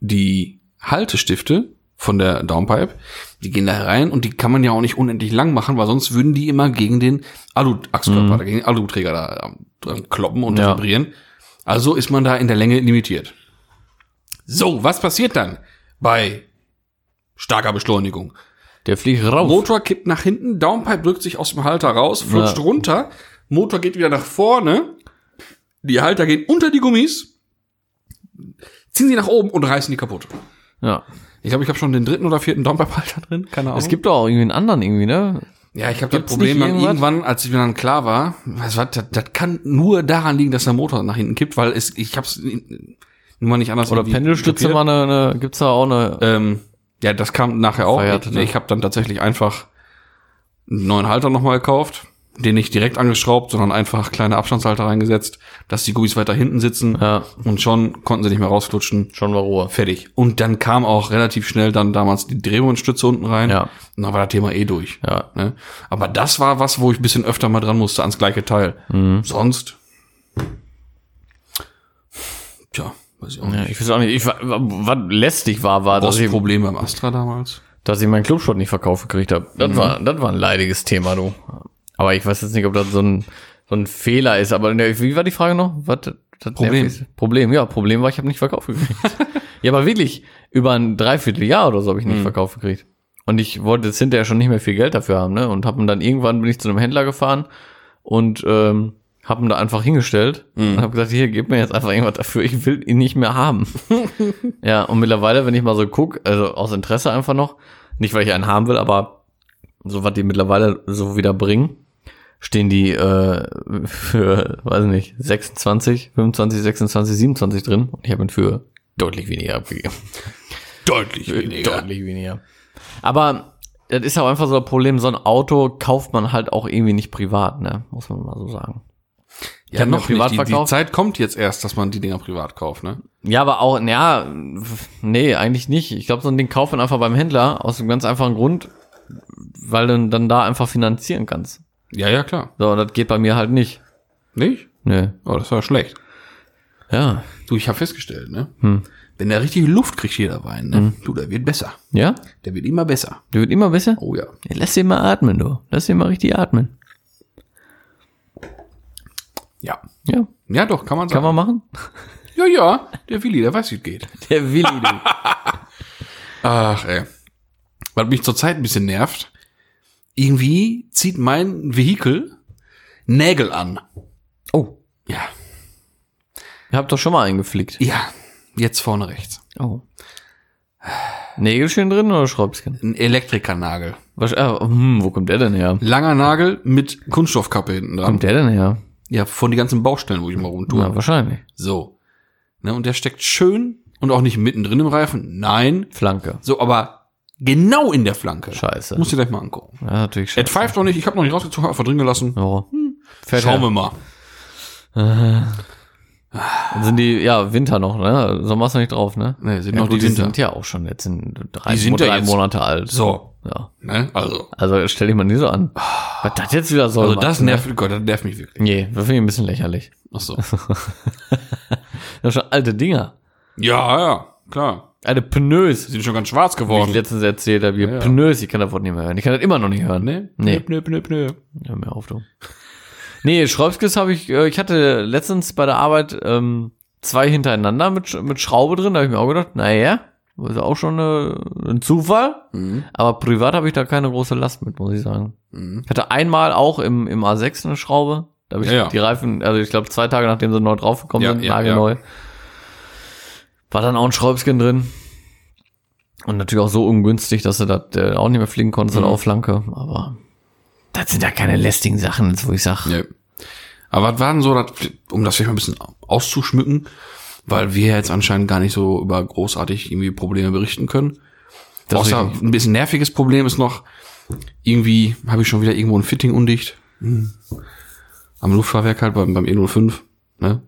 Speaker 1: die Haltestifte von der Downpipe. Die gehen da rein und die kann man ja auch nicht unendlich lang machen, weil sonst würden die immer gegen den Alu-Achskörper, gegen den Aluträger da ähm, dran kloppen und
Speaker 2: Ja.
Speaker 1: vibrieren. Also ist man da in der Länge limitiert. So, was passiert dann bei starker Beschleunigung?
Speaker 2: Der fliegt rauf.
Speaker 1: Motor kippt nach hinten, Downpipe drückt sich aus dem Halter raus, flutscht
Speaker 2: Ja.
Speaker 1: runter, Motor geht wieder nach vorne, die Halter gehen unter die Gummis, ziehen sie nach oben und reißen die kaputt.
Speaker 2: ja.
Speaker 1: Ich glaube, ich habe schon den dritten oder vierten Downpipe-Halter drin, keine Ahnung.
Speaker 2: Es gibt doch auch irgendwie einen anderen irgendwie, ne?
Speaker 1: ja, ich habe das
Speaker 2: gibt's
Speaker 1: Problem
Speaker 2: nicht
Speaker 1: dann
Speaker 2: irgendwas?
Speaker 1: irgendwann, als mir dann klar war, was, was, das, das kann nur daran liegen, dass der Motor nach hinten kippt, weil es, ich habe es nur mal nicht anders
Speaker 2: Oder
Speaker 1: irgendwie
Speaker 2: Pendelstütze
Speaker 1: kapiert.
Speaker 2: war eine, eine gibt's da auch eine. äh,
Speaker 1: Ähm, ja, das kam nachher auch.
Speaker 2: Verhärtete.
Speaker 1: Ich, nee, ich habe dann tatsächlich einfach einen neuen Halter nochmal gekauft, den nicht direkt angeschraubt, sondern einfach kleine Abstandshalter reingesetzt, dass die Gummis weiter hinten sitzen
Speaker 2: ja,
Speaker 1: und schon konnten sie nicht mehr rausflutschen.
Speaker 2: schon war Ruhe.
Speaker 1: Fertig. Und dann kam auch relativ schnell dann damals die Drehmomentstütze unten rein.
Speaker 2: Ja.
Speaker 1: Und dann war das Thema eh durch.
Speaker 2: Ja.
Speaker 1: Ne? Aber das war was, wo ich ein bisschen öfter mal dran musste, ans gleiche Teil.
Speaker 2: Mhm.
Speaker 1: Sonst. Tja, weiß ich auch nicht.
Speaker 2: ja. Ich weiß auch nicht, ich, war- was lästig war, war, dass ich,
Speaker 1: Problem beim Astra damals.
Speaker 2: dass ich meinen Clubshot nicht verkauft gekriegt habe. Das, war, das war ein leidiges Thema, du. Aber ich weiß jetzt nicht, ob das so ein, so ein Fehler ist. Aber ne, wie war die Frage noch? Was, das
Speaker 1: Problem.
Speaker 2: nervig ist. Problem, ja, Problem war, ich habe nicht verkauft gekriegt. ja, aber wirklich, über ein Dreivierteljahr oder so habe ich nicht verkauft gekriegt. Und ich wollte jetzt hinterher schon nicht mehr viel Geld dafür haben, ne? Und hab ihn dann irgendwann bin ich zu einem Händler gefahren und ähm, hab ihn da einfach hingestellt und hab gesagt, hier, gib mir jetzt einfach irgendwas dafür, ich will ihn nicht mehr haben. Ja, und mittlerweile, wenn ich mal so guck, also aus Interesse einfach noch, nicht weil ich einen haben will, aber so was die mittlerweile so wieder bringen, stehen die äh, für, weiß nicht, 26, 25, 26, 27 drin und ich habe ihn für deutlich weniger abgegeben.
Speaker 1: Deutlich
Speaker 2: Deutlich weniger. Aber das ist ja auch einfach so ein Problem, so ein Auto kauft man halt auch irgendwie nicht privat, ne? Muss man mal so sagen.
Speaker 1: Ja,
Speaker 2: hab
Speaker 1: noch
Speaker 2: mir privat
Speaker 1: nicht. Die, die
Speaker 2: verkauft.
Speaker 1: Zeit kommt jetzt erst, dass man die Dinger privat kauft, ne?
Speaker 2: Ja, aber auch, ja, nee, eigentlich nicht. Ich glaube, so ein Ding kauft man einfach beim Händler aus einem ganz einfachen Grund, weil du dann da einfach finanzieren kannst.
Speaker 1: Ja, ja, klar.
Speaker 2: So, und das geht bei mir halt nicht.
Speaker 1: Nicht?
Speaker 2: Nee.
Speaker 1: Oh, das war schlecht.
Speaker 2: Ja.
Speaker 1: Du, ich habe festgestellt, ne? Wenn der richtig Luft kriegt, jeder Wein, ne? Du, der wird besser.
Speaker 2: Ja?
Speaker 1: Der wird immer besser.
Speaker 2: Du wird immer besser?
Speaker 1: Oh ja.
Speaker 2: Ja, lass den mal atmen, du. Lass den mal richtig atmen.
Speaker 1: Ja.
Speaker 2: Ja.
Speaker 1: Ja, doch, kann man
Speaker 2: Kann
Speaker 1: sagen.
Speaker 2: man machen?
Speaker 1: Ja, ja. Der Willi, der weiß, wie es geht.
Speaker 2: Der Willi, du.
Speaker 1: Ach, ey. Was mich zurzeit ein bisschen nervt, irgendwie zieht mein Vehikel Nägel an.
Speaker 2: Oh.
Speaker 1: Ja.
Speaker 2: Ihr habt doch schon mal eingeflickt.
Speaker 1: Ja. Jetzt vorne rechts.
Speaker 2: Oh. Nägel schön drin oder Schraubskin?
Speaker 1: Ein Elektrikernagel.
Speaker 2: Was, ah, hm, wo kommt der denn her?
Speaker 1: Langer Nagel mit Kunststoffkappe hinten dran.
Speaker 2: Kommt der denn her?
Speaker 1: Ja, von den ganzen Baustellen, wo ich immer rumtue.
Speaker 2: Na, wahrscheinlich.
Speaker 1: So. Ne, und der steckt schön und auch nicht mittendrin im Reifen. Nein.
Speaker 2: Flanke.
Speaker 1: So, aber genau in der Flanke.
Speaker 2: Scheiße.
Speaker 1: Muss dir gleich mal angucken.
Speaker 2: Ja, natürlich
Speaker 1: Et
Speaker 2: scheiße.
Speaker 1: pfeift noch nicht, ich habe noch nicht rausgezogen, einfach drin gelassen.
Speaker 2: Ja. Fährt
Speaker 1: Schauen wir
Speaker 2: ja.
Speaker 1: mal.
Speaker 2: Dann sind die, ja, Winter noch, ne? Sommer ist noch nicht drauf, ne?
Speaker 1: Ne, sind
Speaker 2: Ja,
Speaker 1: noch
Speaker 2: gut,
Speaker 1: die Winter.
Speaker 2: sind ja auch schon jetzt in drei,
Speaker 1: Die sind
Speaker 2: drei
Speaker 1: ja jetzt-
Speaker 2: Monate alt.
Speaker 1: So.
Speaker 2: Ja.
Speaker 1: Ne? Also,
Speaker 2: Also stell dich mal nie so an. Was das jetzt wieder soll.
Speaker 1: also das
Speaker 2: Max, ne?
Speaker 1: nervt, Gott, das nervt mich wirklich.
Speaker 2: Nee, das finde ich ein bisschen lächerlich.
Speaker 1: Ach so.
Speaker 2: Das sind schon alte Dinger.
Speaker 1: Ja, ja, klar.
Speaker 2: Alte Pneus.
Speaker 1: Sind schon ganz schwarz
Speaker 2: Wie ich
Speaker 1: geworden.
Speaker 2: letztens erzählt habe, wir
Speaker 1: Ja, ja.
Speaker 2: Pneus, ich kann das Wort nicht mehr hören. Ich kann das immer noch nicht hören.
Speaker 1: Ne?
Speaker 2: Nee.
Speaker 1: Nö, nö, nö, nö.
Speaker 2: Hör mir auf, du. Nee, Schraubskis habe ich, äh, ich hatte letztens bei der Arbeit ähm, zwei hintereinander mit, Sch- mit Schraube drin, da habe ich mir auch gedacht, naja, das ist auch schon äh, ein Zufall.
Speaker 1: Mhm.
Speaker 2: Aber privat habe ich da keine große Last mit, muss ich sagen.
Speaker 1: Mhm.
Speaker 2: Ich hatte einmal auch im, im A6 eine Schraube. Da habe ich
Speaker 1: Ja, ja.
Speaker 2: die Reifen, also ich glaube zwei Tage nachdem sie neu draufgekommen
Speaker 1: Ja,
Speaker 2: sind,
Speaker 1: ja,
Speaker 2: nagelneu. War dann auch ein Schraubskin drin. Und natürlich auch so ungünstig, dass du das äh, auch nicht mehr fliegen konntest oder auf Flanke. Aber das sind ja keine lästigen Sachen, jetzt, wo ich sage.
Speaker 1: Nee. Aber was war denn so, das- um das vielleicht mal ein bisschen auszuschmücken, weil wir jetzt anscheinend gar nicht so über großartig irgendwie Probleme berichten können.
Speaker 2: Das
Speaker 1: Außer
Speaker 2: ist
Speaker 1: ein bisschen nerviges Problem ist noch, irgendwie habe ich schon wieder irgendwo ein Fitting undicht. Hm. Am Luftfahrwerk halt beim, beim E05. Ne?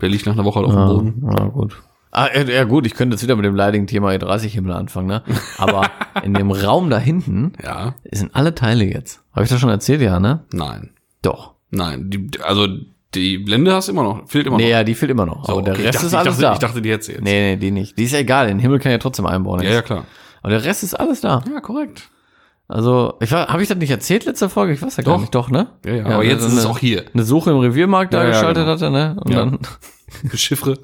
Speaker 1: Der liegt nach einer Woche halt auf dem Boden.
Speaker 2: Ja, gut. Ah, ja, ja, gut, ich könnte jetzt wieder mit dem leidigen Thema E30-Himmel anfangen, ne? Aber in dem Raum da hinten
Speaker 1: Ja.
Speaker 2: sind alle Teile jetzt. Habe ich das schon erzählt, ja, ne?
Speaker 1: Nein.
Speaker 2: Doch.
Speaker 1: Nein. Die, also die Blende hast du immer noch. Fehlt immer
Speaker 2: Nee,
Speaker 1: noch.
Speaker 2: ja, die fehlt immer noch.
Speaker 1: So,
Speaker 2: Aber der
Speaker 1: okay,
Speaker 2: Rest
Speaker 1: ich dachte,
Speaker 2: ist alles
Speaker 1: ich dachte,
Speaker 2: da.
Speaker 1: Ich dachte, die hätte jetzt.
Speaker 2: nee, nee, die nicht. Die ist ja egal. Den Himmel kann ich ja trotzdem einbauen.
Speaker 1: Ja, ja, klar.
Speaker 2: Aber der Rest ist alles da.
Speaker 1: Ja, korrekt.
Speaker 2: Also, ich war, habe ich das nicht erzählt letzte Folge? Ich weiß ja gar
Speaker 1: Doch.
Speaker 2: nicht, doch, ne?
Speaker 1: Ja, ja, aber
Speaker 2: ne,
Speaker 1: jetzt
Speaker 2: so
Speaker 1: ist es
Speaker 2: eine-
Speaker 1: auch hier.
Speaker 2: Eine Suche im Reviermarkt da
Speaker 1: Ja, ja,
Speaker 2: geschaltet
Speaker 1: genau.
Speaker 2: hatte, ne? Und
Speaker 1: Ja.
Speaker 2: dann
Speaker 1: Chiffre.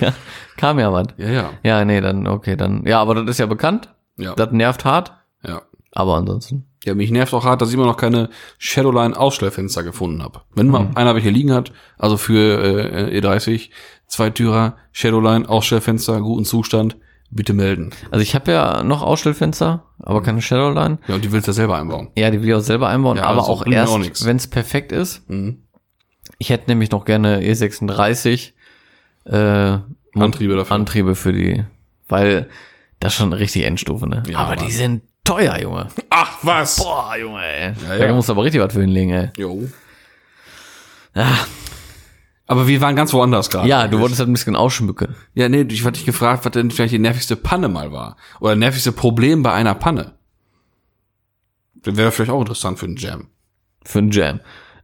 Speaker 2: ja, kam ja was.
Speaker 1: Ja, ja.
Speaker 2: Ja, nee, dann, okay, dann. Ja, aber das ist ja bekannt.
Speaker 1: Ja.
Speaker 2: Das nervt hart.
Speaker 1: ja.
Speaker 2: Aber ansonsten.
Speaker 1: Ja, mich nervt auch hart, dass ich immer noch keine Shadowline-Ausstellfenster gefunden habe. Wenn mal einer welche liegen hat, also für äh, E30, Zweitürer, Shadowline-Ausstellfenster, guten Zustand, bitte melden.
Speaker 2: Also ich habe ja noch Ausstellfenster, aber keine Shadowline.
Speaker 1: Ja, und die willst du ja selber einbauen.
Speaker 2: Ja, die will ich auch selber einbauen,
Speaker 1: Ja,
Speaker 2: aber
Speaker 1: also
Speaker 2: auch
Speaker 1: bringt mir
Speaker 2: erst,
Speaker 1: auch
Speaker 2: wenn's
Speaker 1: nix.
Speaker 2: wenn es perfekt ist.
Speaker 1: Mhm.
Speaker 2: Ich hätte nämlich noch gerne E36 äh, Mo-
Speaker 1: Antriebe dafür.
Speaker 2: Antriebe für die, weil das schon richtig Endstufe, ne?
Speaker 1: Ja,
Speaker 2: aber
Speaker 1: Mann.
Speaker 2: die sind teuer, Junge.
Speaker 1: Ach, was?
Speaker 2: Boah, Junge, ey.
Speaker 1: Ja,
Speaker 2: Da
Speaker 1: ja.
Speaker 2: musst du aber richtig was für hinlegen, ey.
Speaker 1: Jo.
Speaker 2: Ah.
Speaker 1: Aber wir waren ganz woanders gerade.
Speaker 2: Ja, du wolltest das ein bisschen ausschmücken.
Speaker 1: Ja, nee, ich hatte dich gefragt, was denn vielleicht die nervigste Panne mal war. Oder nervigste Problem bei einer Panne. Das wäre vielleicht auch interessant für einen Jam.
Speaker 2: Für einen Jam.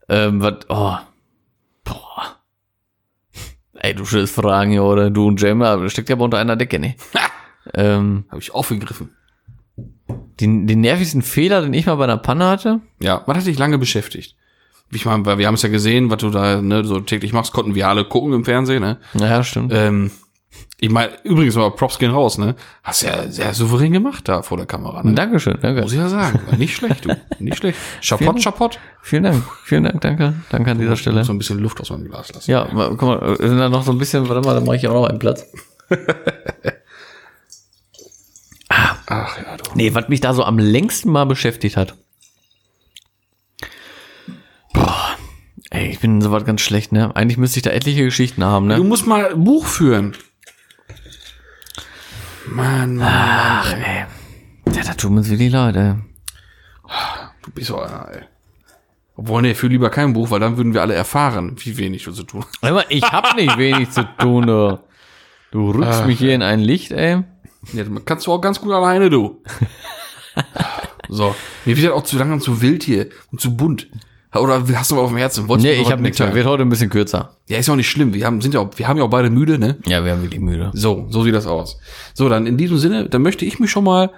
Speaker 2: Ähm, was, oh. Boah. Ey, du stellst Fragen hier, oder? Du und Jam, ja, steckt ja aber unter einer Decke, ne? ähm,
Speaker 1: Habe ich aufgegriffen.
Speaker 2: den, den nervigsten Fehler, den ich mal bei einer Panne hatte?
Speaker 1: Ja, was hat dich lange beschäftigt? Ich meine, weil wir haben es ja gesehen, was du da ne, so täglich machst, konnten wir alle gucken im Fernsehen. Ne?
Speaker 2: Naja, stimmt.
Speaker 1: Ähm, ich meine, übrigens, aber Props gehen raus. Ne, hast ja sehr souverän gemacht da vor der Kamera. Ne?
Speaker 2: Dankeschön, danke.
Speaker 1: Muss ich ja sagen, war nicht schlecht, du, nicht schlecht. Schapott,
Speaker 2: Vielen-
Speaker 1: Schapott.
Speaker 2: Vielen Dank, vielen Dank, danke. Danke an dieser Stelle.
Speaker 1: So ein bisschen Luft aus meinem Glas lassen.
Speaker 2: Ja, mal- guck mal, äh, sind da noch so ein bisschen, warte mal, dann mache ich auch noch einen Platz.
Speaker 1: Ach ja, du.
Speaker 2: Nee, was mich da so am längsten mal beschäftigt hat. Boah. Ey, ich bin in sowas ganz schlecht, ne? Eigentlich müsste ich da etliche Geschichten haben, ne?
Speaker 1: Du musst mal ein Buch führen. Mann, Mann,
Speaker 2: Ach, ey. Ja, da tun uns wie die Leute.
Speaker 1: du bist so einer, ey. Obwohl, nee, für lieber kein Buch, weil dann würden wir alle erfahren, wie wenig wir zu tun haben.
Speaker 2: Hör mal, ich hab nicht wenig zu tun, du. Du rückst mich hier in ein Licht, ey.
Speaker 1: Ja, das kannst du auch ganz gut alleine, du. so. Mir wird das auch zu langsam zu wild hier und zu bunt. Oder hast du mal auf dem Herzen? Wolltest
Speaker 2: Nee,
Speaker 1: du noch
Speaker 2: ich
Speaker 1: was
Speaker 2: hab nichts mehr.
Speaker 1: mitteilen?
Speaker 2: Wird heute ein bisschen kürzer.
Speaker 1: Ja, ist ja auch nicht schlimm. Wir haben, sind ja auch, wir haben ja auch beide müde, ne?
Speaker 2: Ja, wir haben wirklich müde.
Speaker 1: So, so sieht das aus. So, dann in diesem Sinne, dann möchte ich mich schon mal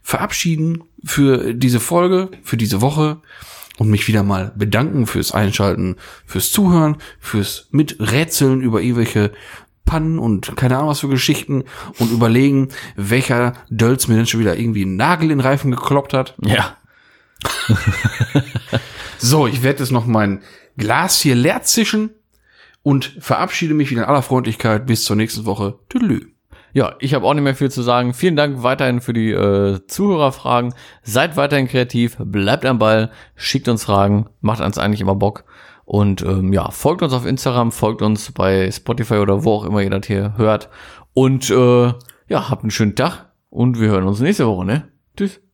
Speaker 1: verabschieden für diese Folge, für diese Woche und mich wieder mal bedanken fürs Einschalten, fürs Zuhören, fürs Miträtseln über irgendwelche Pannen und keine Ahnung was für Geschichten und überlegen, welcher Dölz mir denn schon wieder irgendwie einen Nagel in den Reifen gekloppt hat.
Speaker 2: Ja.
Speaker 1: So, ich werde jetzt noch mein Glas hier leer zischen und verabschiede mich wieder in aller Freundlichkeit. Bis zur nächsten Woche. Tüdelü.
Speaker 2: Ja, ich habe auch nicht mehr viel zu sagen. Vielen Dank weiterhin für die äh, Zuhörerfragen. Seid weiterhin kreativ, bleibt am Ball, schickt uns Fragen, macht uns eigentlich immer Bock. Und ähm, ja, folgt uns auf Instagram, folgt uns bei Spotify oder wo auch immer ihr das hier hört. Und äh, ja, habt einen schönen Tag und wir hören uns nächste Woche, ne? Tschüss.